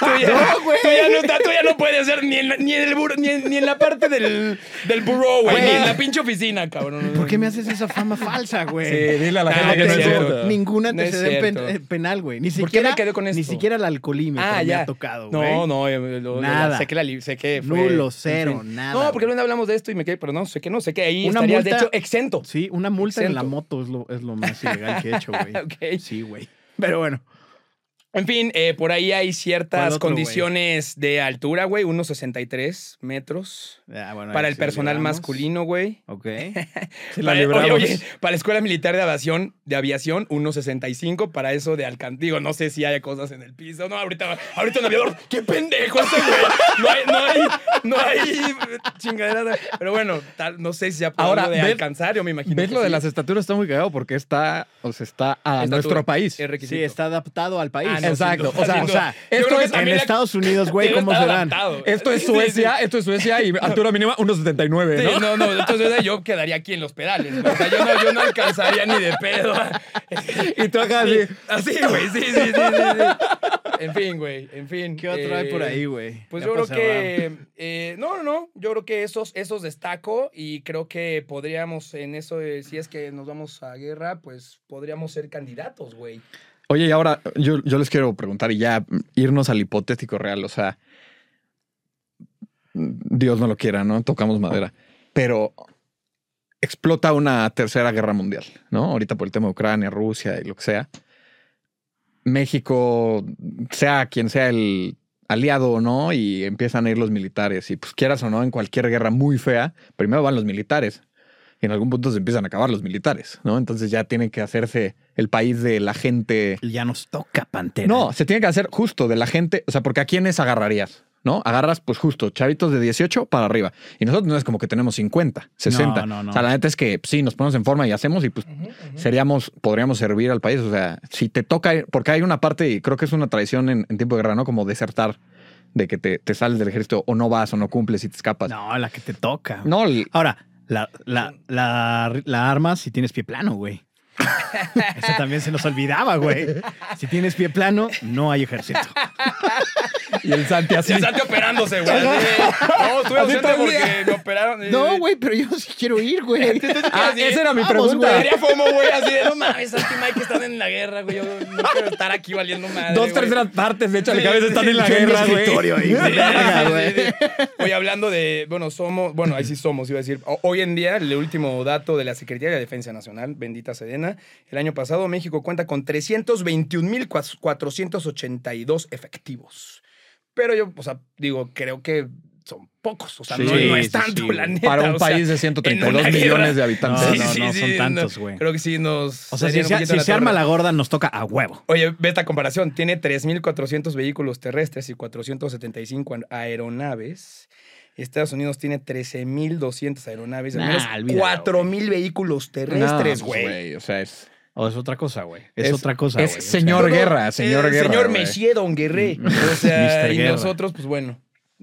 Speaker 2: Tú ya no, tú ya no, estás- tú ya no puedes ser ni en, la- ni en el buro- ni, en, ni en la parte del, del buró, güey,
Speaker 1: Güey.
Speaker 2: ni en la pinche oficina, cabrón.
Speaker 1: ¿Por qué me haces esa fama falsa, güey?
Speaker 3: Eh, dile a la
Speaker 2: Ah,
Speaker 3: gente que
Speaker 2: no
Speaker 3: no es
Speaker 2: es cierto.
Speaker 3: cierto.
Speaker 1: Ningún
Speaker 2: No es
Speaker 1: antecedente
Speaker 2: cierto.
Speaker 1: pen- eh, penal, güey. Ni
Speaker 2: ¿Por qué
Speaker 1: siquiera,
Speaker 2: me quedé con
Speaker 1: ni
Speaker 2: esto?
Speaker 1: siquiera el alcoholímetro
Speaker 2: Ah,
Speaker 1: me
Speaker 2: ya.
Speaker 1: ha tocado, güey.
Speaker 2: No, no, eh, lo- ya
Speaker 1: Nada.
Speaker 2: sé que la li- sé que fue-
Speaker 1: Nulo,
Speaker 2: en
Speaker 1: cero, nada,
Speaker 2: No, porque
Speaker 1: güey.
Speaker 2: luego hablamos de esto y me quedé, pero no, sé que no, sé que ahí
Speaker 1: Una
Speaker 2: estarías, de
Speaker 1: multa-
Speaker 2: hecho, exento.
Speaker 1: Sí, una multa en la
Speaker 2: Exento.
Speaker 1: moto es lo, es lo más ilegal que he hecho, güey.
Speaker 2: *laughs* Ok.
Speaker 1: Sí, güey. Pero bueno,
Speaker 2: En fin, eh, por ahí hay
Speaker 1: ¿Cuál
Speaker 2: ciertas
Speaker 1: otro, güey?
Speaker 2: condiciones de altura, güey, unos 63 metros.
Speaker 1: Ah, bueno,
Speaker 2: para
Speaker 1: ahí
Speaker 2: el
Speaker 1: sí
Speaker 2: personal
Speaker 1: libramos.
Speaker 2: masculino, güey.
Speaker 1: Ok.
Speaker 3: Si
Speaker 2: Para-
Speaker 3: la
Speaker 2: oye,
Speaker 3: libramos.
Speaker 2: oye, para la Escuela Militar de Aviación, de aviación 1.65, para eso de alcan... Digo, no sé si hay cosas en el piso. No, ahorita, ahorita un aviador, qué pendejo ese güey. No hay, no hay, no hay chingadera. de- Pero bueno, tal, no sé si ya por
Speaker 3: Ahora,
Speaker 2: algo de
Speaker 3: ves-
Speaker 2: alcanzar, yo me imagino.
Speaker 3: ¿Ves
Speaker 2: que
Speaker 3: lo de
Speaker 2: sí.
Speaker 3: las estaturas? Está muy cagado porque está, o sea, está a
Speaker 2: Estatura,
Speaker 3: nuestro país.
Speaker 2: es requisito.
Speaker 1: Sí, está adaptado al país.
Speaker 2: Ah, no,
Speaker 3: Exacto,
Speaker 2: sin duda,
Speaker 3: o sea,
Speaker 2: sin
Speaker 1: o
Speaker 2: duda.
Speaker 1: sea,
Speaker 2: Yo
Speaker 3: esto
Speaker 2: creo que
Speaker 3: es-
Speaker 1: en
Speaker 2: también la-
Speaker 1: Estados Unidos, güey,
Speaker 2: *laughs* debe
Speaker 1: ¿cómo
Speaker 2: estar
Speaker 1: se dan?
Speaker 2: adaptado.
Speaker 3: Esto es
Speaker 2: Sí, sí, sí.
Speaker 3: Suecia, esto es Suecia y altura mínima 1.79,
Speaker 2: Sí, no,
Speaker 3: ¿no?
Speaker 2: no, entonces yo quedaría aquí en los pedales. güey. O sea, yo no, yo no alcanzaría ni de pedo.
Speaker 3: Y tú acá así.
Speaker 2: Así, güey, sí, sí, sí, sí, sí. En fin, güey, en fin.
Speaker 1: ¿Qué otro hay
Speaker 2: eh,
Speaker 1: por ahí, güey?
Speaker 2: Pues
Speaker 1: Ya
Speaker 2: yo
Speaker 1: para
Speaker 2: creo que... eh, no, no, no, yo creo que esos, esos destaco y creo que podríamos en eso, eh, si es que nos vamos a guerra, pues podríamos ser candidatos, güey.
Speaker 3: Oye, y ahora yo, yo les quiero preguntar y ya mm, irnos al hipotético real. O sea, mm, Dios no lo quiera, ¿no? Tocamos madera. Pero explota una tercera guerra mundial, ¿no? Ahorita por el tema de Ucrania, Rusia y lo que sea. México, sea quien sea el aliado o no, y empiezan a ir los militares. Y pues quieras o no, en cualquier guerra muy fea, primero van los militares. Y en algún punto se empiezan a acabar los militares, ¿no? Entonces ya tiene que hacerse el país de la gente
Speaker 1: Ya nos toca, Pantera.
Speaker 3: no, se tiene que hacer justo de la gente, o sea, porque a quiénes agarrarías, ¿no? Agarras, pues justo, chavitos de 18 para arriba. Y nosotros no es como que tenemos 50, 60.
Speaker 1: No, no, no.
Speaker 3: O sea, la neta es que pues, sí, nos ponemos en forma y hacemos y pues seríamos, podríamos servir al país. O sea, si te toca, ir- porque hay una parte, y creo que es una traición en, en tiempo de guerra, ¿no? Como desertar, de que te, te sales del ejército o no vas o no cumples y te escapas.
Speaker 1: No, la que te toca.
Speaker 3: No, el-
Speaker 1: Ahora, La, la, la, la arma si tienes pie plano, güey. Eso también se nos olvidaba, güey. Si tienes pie plano, no hay ejército. *laughs*
Speaker 3: Y el Santi así.
Speaker 2: Se están operándose, güey. así. No, estuve
Speaker 3: Así
Speaker 2: ausente porque
Speaker 3: también.
Speaker 2: me operaron. eh,
Speaker 1: No, güey, pero yo sí quiero ir, güey.
Speaker 3: Ah,
Speaker 2: así.
Speaker 3: esa era mi
Speaker 1: Vamos,
Speaker 3: pregunta.
Speaker 2: Daría fomo, güey, así de no mames, Santi y Mike están en la guerra, güey. Yo no quiero estar aquí valiendo madre.
Speaker 3: Dos
Speaker 2: güey.
Speaker 3: terceras partes, de hecho, a la
Speaker 2: Sí,
Speaker 3: cabeza
Speaker 2: sí,
Speaker 3: están
Speaker 2: sí,
Speaker 3: en la
Speaker 1: yo en mi
Speaker 3: guerra, güey.
Speaker 1: escritorio ahí, güey.
Speaker 2: Verga,
Speaker 3: güey.
Speaker 2: güey. Oye, hablando de, bueno, somos, bueno, ahí sí somos, iba a decir. O- Hoy en día, el último dato de la Secretaría de Defensa Nacional, bendita Sedena, el año pasado México cuenta con 321.482 efectivos. Pero yo, o sea, digo, creo que son pocos, o sea,
Speaker 1: Sí,
Speaker 2: no, no
Speaker 1: sí,
Speaker 2: es tanto,
Speaker 1: sí.
Speaker 2: la neta.
Speaker 3: Para un
Speaker 2: o sea,
Speaker 3: país de
Speaker 2: en
Speaker 3: 132
Speaker 2: una
Speaker 3: millones de
Speaker 2: guerra.
Speaker 3: habitantes.
Speaker 1: No, no, no son tantos, güey.
Speaker 2: Creo que sí nos.
Speaker 1: O sea, si,
Speaker 2: darían un
Speaker 1: se,
Speaker 2: poquito
Speaker 1: si
Speaker 2: la
Speaker 1: se arma
Speaker 2: torre.
Speaker 1: la gorda, nos toca a huevo.
Speaker 2: Oye, ve esta comparación. Tiene 3.400 vehículos terrestres y 475 an- aeronaves. Estados Unidos tiene 13.200 aeronaves, al
Speaker 1: Nah,
Speaker 2: menos
Speaker 1: olvídalo,
Speaker 2: 4.000 vehículos terrestres,
Speaker 3: No,
Speaker 2: güey.
Speaker 3: pues, O sea, es,
Speaker 1: O es otra cosa, güey. Es, otra cosa,
Speaker 3: es
Speaker 1: güey. O sea,
Speaker 3: señor guerra, señor
Speaker 2: Eh,
Speaker 3: guerra.
Speaker 2: Señor
Speaker 3: güey.
Speaker 2: Messier Don Guerré.
Speaker 1: *laughs*
Speaker 2: O sea,
Speaker 1: Mr.
Speaker 2: y
Speaker 1: Mm, Guerra.
Speaker 2: nosotros, pues bueno.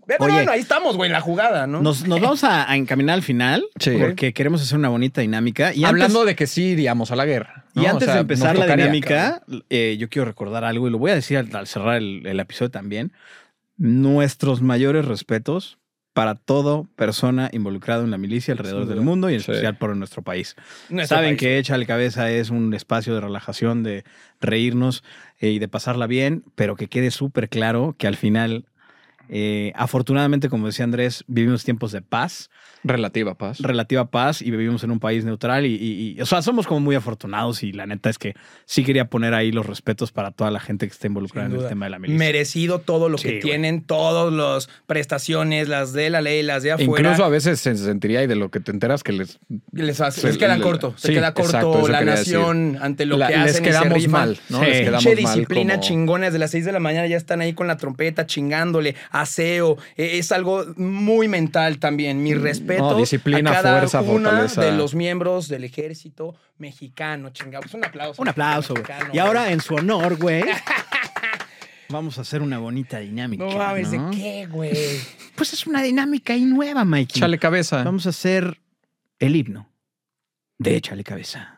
Speaker 2: Pero
Speaker 1: Oye.
Speaker 2: bueno, ahí estamos, güey, en la jugada, ¿no?
Speaker 1: Nos, nos vamos a, a encaminar al final
Speaker 3: Sí.
Speaker 1: porque queremos hacer una bonita dinámica. Y
Speaker 3: Hablando
Speaker 1: antes,
Speaker 3: de que sí iríamos a la guerra. ¿no?
Speaker 1: y
Speaker 3: O
Speaker 1: antes
Speaker 3: sea,
Speaker 1: de
Speaker 3: nos
Speaker 1: empezar la
Speaker 3: tocaría,
Speaker 1: dinámica, eh, yo quiero recordar algo y lo voy a decir al, al cerrar el, el episodio también. Nuestros mayores respetos para toda persona involucrada en la milicia alrededor
Speaker 3: Sin
Speaker 1: del
Speaker 3: duda.
Speaker 1: mundo y en
Speaker 3: Sí.
Speaker 1: especial por nuestro país.
Speaker 2: Nuestro
Speaker 1: Saben
Speaker 2: país.
Speaker 1: que Échale Cabeza es un espacio de relajación, de reírnos eh, y de pasarla bien, pero que quede súper claro que al final, eh, afortunadamente, como decía Andrés, vivimos tiempos de paz,
Speaker 3: Relativa paz.
Speaker 1: relativa paz, y vivimos en un país neutral. Y, y- y- o sea, somos como muy afortunados. Y la neta es que sí quería poner ahí los respetos para toda la gente que está involucrada
Speaker 2: Sin
Speaker 1: en el
Speaker 2: duda.
Speaker 1: tema de la milicia.
Speaker 2: Merecido todo lo
Speaker 1: Sí,
Speaker 2: que
Speaker 1: güey.
Speaker 2: tienen, todas las prestaciones, las de la ley, las de afuera.
Speaker 3: Incluso a veces se sentiría y de lo que te enteras que les
Speaker 2: Y Les hace,
Speaker 3: Se-
Speaker 2: les queda
Speaker 3: le-
Speaker 2: corto, se
Speaker 3: sí,
Speaker 2: queda corto
Speaker 3: exacto, eso
Speaker 2: la
Speaker 3: quería decir.
Speaker 2: nación ante lo
Speaker 3: la-
Speaker 2: que
Speaker 3: les
Speaker 2: hacen. y se
Speaker 3: quedamos
Speaker 2: rifan.
Speaker 3: mal, ¿no?
Speaker 1: Sí.
Speaker 3: Les quedamos
Speaker 2: Pinche
Speaker 3: mal
Speaker 2: disciplina
Speaker 3: como-
Speaker 2: chingona, desde las 6 de la mañana ya están ahí con la trompeta chingándole, aseo, eh, es algo muy mental también. Mi respeto
Speaker 3: Mm, disciplina,
Speaker 2: a cada
Speaker 3: fuerza,
Speaker 2: una
Speaker 3: fortaleza.
Speaker 2: de los miembros del ejército mexicano, chingados. Un aplauso.
Speaker 1: Un aplauso, güey.
Speaker 2: Mexicano,
Speaker 1: Y ahora, en su honor,
Speaker 2: *laughs*
Speaker 1: güey. Vamos a hacer una bonita dinámica.
Speaker 2: No mames,
Speaker 1: ¿no?
Speaker 2: ¿de qué, güey?
Speaker 3: *laughs*
Speaker 1: Pues es una dinámica ahí nueva, Mikey.
Speaker 3: Chale cabeza.
Speaker 1: Vamos a hacer el himno de Échale Cabeza.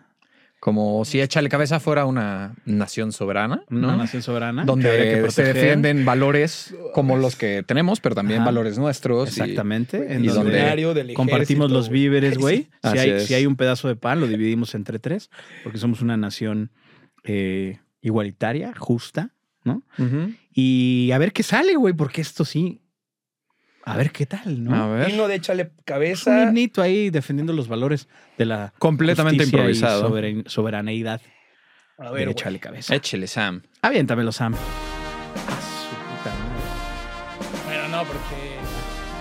Speaker 3: Como si Échale cabeza fuera una nación soberana, ¿no?
Speaker 1: Una nación soberana. que habría que
Speaker 3: donde se
Speaker 1: proteger.
Speaker 3: defienden valores como los que tenemos, pero también
Speaker 1: Ajá.
Speaker 3: valores nuestros. y-
Speaker 1: Exactamente.
Speaker 3: y
Speaker 1: en
Speaker 3: donde
Speaker 1: donde
Speaker 2: Funcionario del
Speaker 1: compartimos
Speaker 2: ejército,
Speaker 1: los víveres,
Speaker 2: *laughs*
Speaker 1: güey.
Speaker 3: Así
Speaker 1: Si, hay-
Speaker 3: es.
Speaker 1: si hay un pedazo de pan, lo dividimos entre tres, porque somos una nación eh, igualitaria, justa, ¿no?
Speaker 3: Ujú.
Speaker 1: Y a ver qué sale, güey, porque esto sí. A ver qué tal, ¿no?
Speaker 3: A ver.
Speaker 2: Himno de échale
Speaker 1: Es un
Speaker 2: cabeza.
Speaker 1: himnito ahí defendiendo los valores de la
Speaker 3: Completamente
Speaker 1: justicia y
Speaker 3: improvisado. Eh.
Speaker 1: sobera- soberaneidad
Speaker 2: A
Speaker 1: de
Speaker 2: ver, güey.
Speaker 1: Échale Cabeza.
Speaker 3: Échale, Sam.
Speaker 1: Aviéntamelo, Sam. Ah, Su puta madre.
Speaker 2: Bueno, no, porque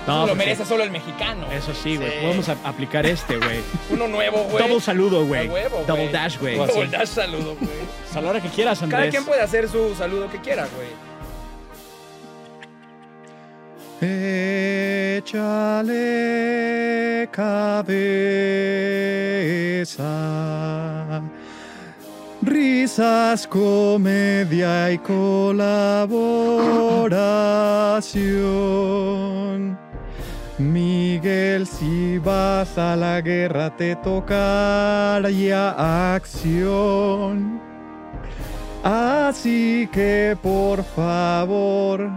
Speaker 1: No,
Speaker 2: lo
Speaker 1: porque-
Speaker 2: merece solo el mexicano.
Speaker 1: Eso sí, güey.
Speaker 2: Sí.
Speaker 1: Podemos a- aplicar este, güey.
Speaker 2: Uno nuevo, güey.
Speaker 1: Double saludo, güey.
Speaker 2: A huevo,
Speaker 1: Double
Speaker 2: güey.
Speaker 1: dash, güey.
Speaker 2: Double dash saludo, güey.
Speaker 1: Pues A la hora que quieras, Andrés.
Speaker 2: Cada quien puede hacer su saludo que quiera, güey.
Speaker 3: Échale cabeza. Risas, comedia y colaboración. Miguel, si vas a la guerra te tocaría acción. Así que por favor,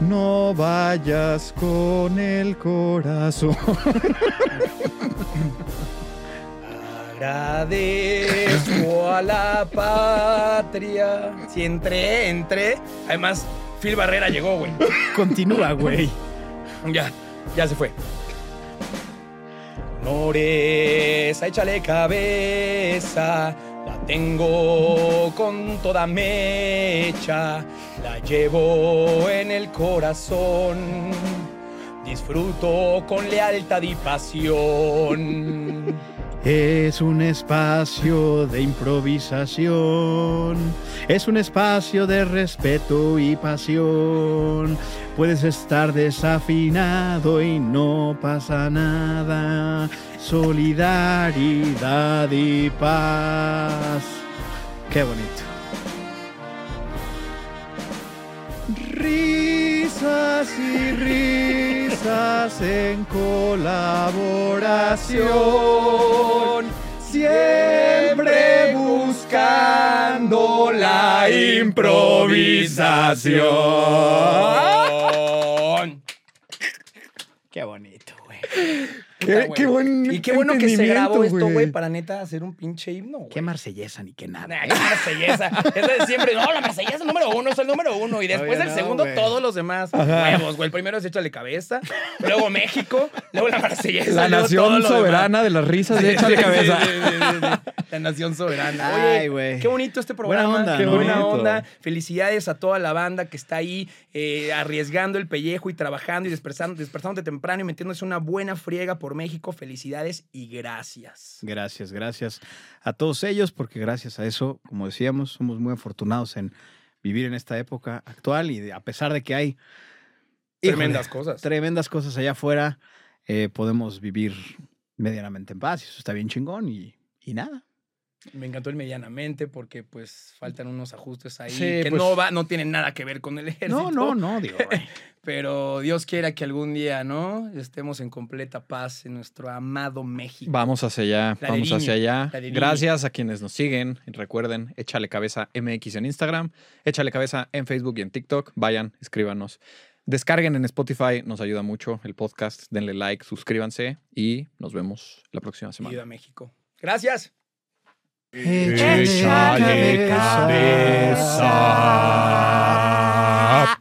Speaker 3: no vayas con el
Speaker 2: *laughs*
Speaker 3: corazón.
Speaker 2: Agradezco a la patria. Si entré, entré. Además, Phil Barrera llegó, güey.
Speaker 1: Continúa, güey.
Speaker 2: Ya, ya se fue. Honores, a échale cabeza. La tengo con toda mecha. La llevo en el corazón. Disfruto con lealtad y pasión.
Speaker 1: Es un espacio de improvisación. Es un espacio de respeto y pasión. Puedes estar desafinado y no pasa nada. Solidaridad y paz. Qué bonito.
Speaker 3: Risas y risas.
Speaker 1: fuerzas en colaboración, siempre buscando la improvisación.
Speaker 2: Qué bonito, güey.
Speaker 3: Qué-
Speaker 1: Eh,
Speaker 2: Puta, güey.
Speaker 3: qué buen
Speaker 2: Y qué bueno que se grabó
Speaker 3: entendimiento,
Speaker 2: esto,
Speaker 3: güey.
Speaker 2: güey, para neta hacer un pinche himno. güey.
Speaker 1: Qué
Speaker 2: *laughs*
Speaker 1: marsellesa ni qué nada.
Speaker 2: Nah,
Speaker 1: ¿eh?
Speaker 2: qué marsellesa. es la de siempre. No, la marsellesa es número uno, es el número uno. Y después
Speaker 1: Oye,
Speaker 2: del
Speaker 1: no,
Speaker 2: segundo,
Speaker 1: güey.
Speaker 2: todos los demás. Huevos, güey. El primero es Échale Cabeza, luego México, luego la marsellesa.
Speaker 3: La
Speaker 2: luego todo
Speaker 3: nación
Speaker 2: lo demás.
Speaker 3: soberana de las risas de
Speaker 2: Sí,
Speaker 3: Échale
Speaker 2: sí,
Speaker 3: cabeza.
Speaker 2: sí, sí, sí, sí. La nación soberana. Oye,
Speaker 1: Ay, güey.
Speaker 2: Qué bonito este
Speaker 1: Buena
Speaker 2: programa.
Speaker 1: onda,
Speaker 2: qué
Speaker 1: ¿no?
Speaker 2: buena
Speaker 1: Bonito.
Speaker 2: onda. Felicidades a toda la banda que está ahí eh, arriesgando el pellejo y trabajando y despertando, despertándote temprano y metiéndose una buena friega por México. Felicidades y gracias.
Speaker 1: Gracias, gracias a todos ellos, porque gracias a eso, como decíamos, somos muy afortunados en vivir en esta época actual y de- a pesar de que hay híjole,
Speaker 2: Tremendas cosas.
Speaker 1: tremendas cosas allá afuera, eh, podemos vivir medianamente en paz. y Eso está bien chingón y, y nada.
Speaker 2: Me encantó el medianamente porque pues faltan unos ajustes ahí
Speaker 3: Sí,
Speaker 2: que
Speaker 3: pues-
Speaker 2: no va, no tienen nada que ver con el ejército.
Speaker 1: No, no, no, digo.
Speaker 2: *laughs*
Speaker 1: güey.
Speaker 2: Pero Dios quiera que algún día, ¿no? Estemos en completa paz en nuestro amado México.
Speaker 3: Vamos hacia allá,
Speaker 2: La de
Speaker 3: vamos
Speaker 2: Liño,
Speaker 3: hacia allá.
Speaker 2: la de Liño.
Speaker 3: Gracias a quienes nos siguen. Recuerden, échale cabeza MX en Instagram, échale cabeza en Facebook y en TikTok. Vayan, escríbanos. Descarguen en Spotify, nos ayuda mucho el podcast. Denle like, suscríbanse y nos vemos la próxima
Speaker 2: Y
Speaker 3: semana.
Speaker 2: Viva México. Gracias.
Speaker 1: Échale cabeza.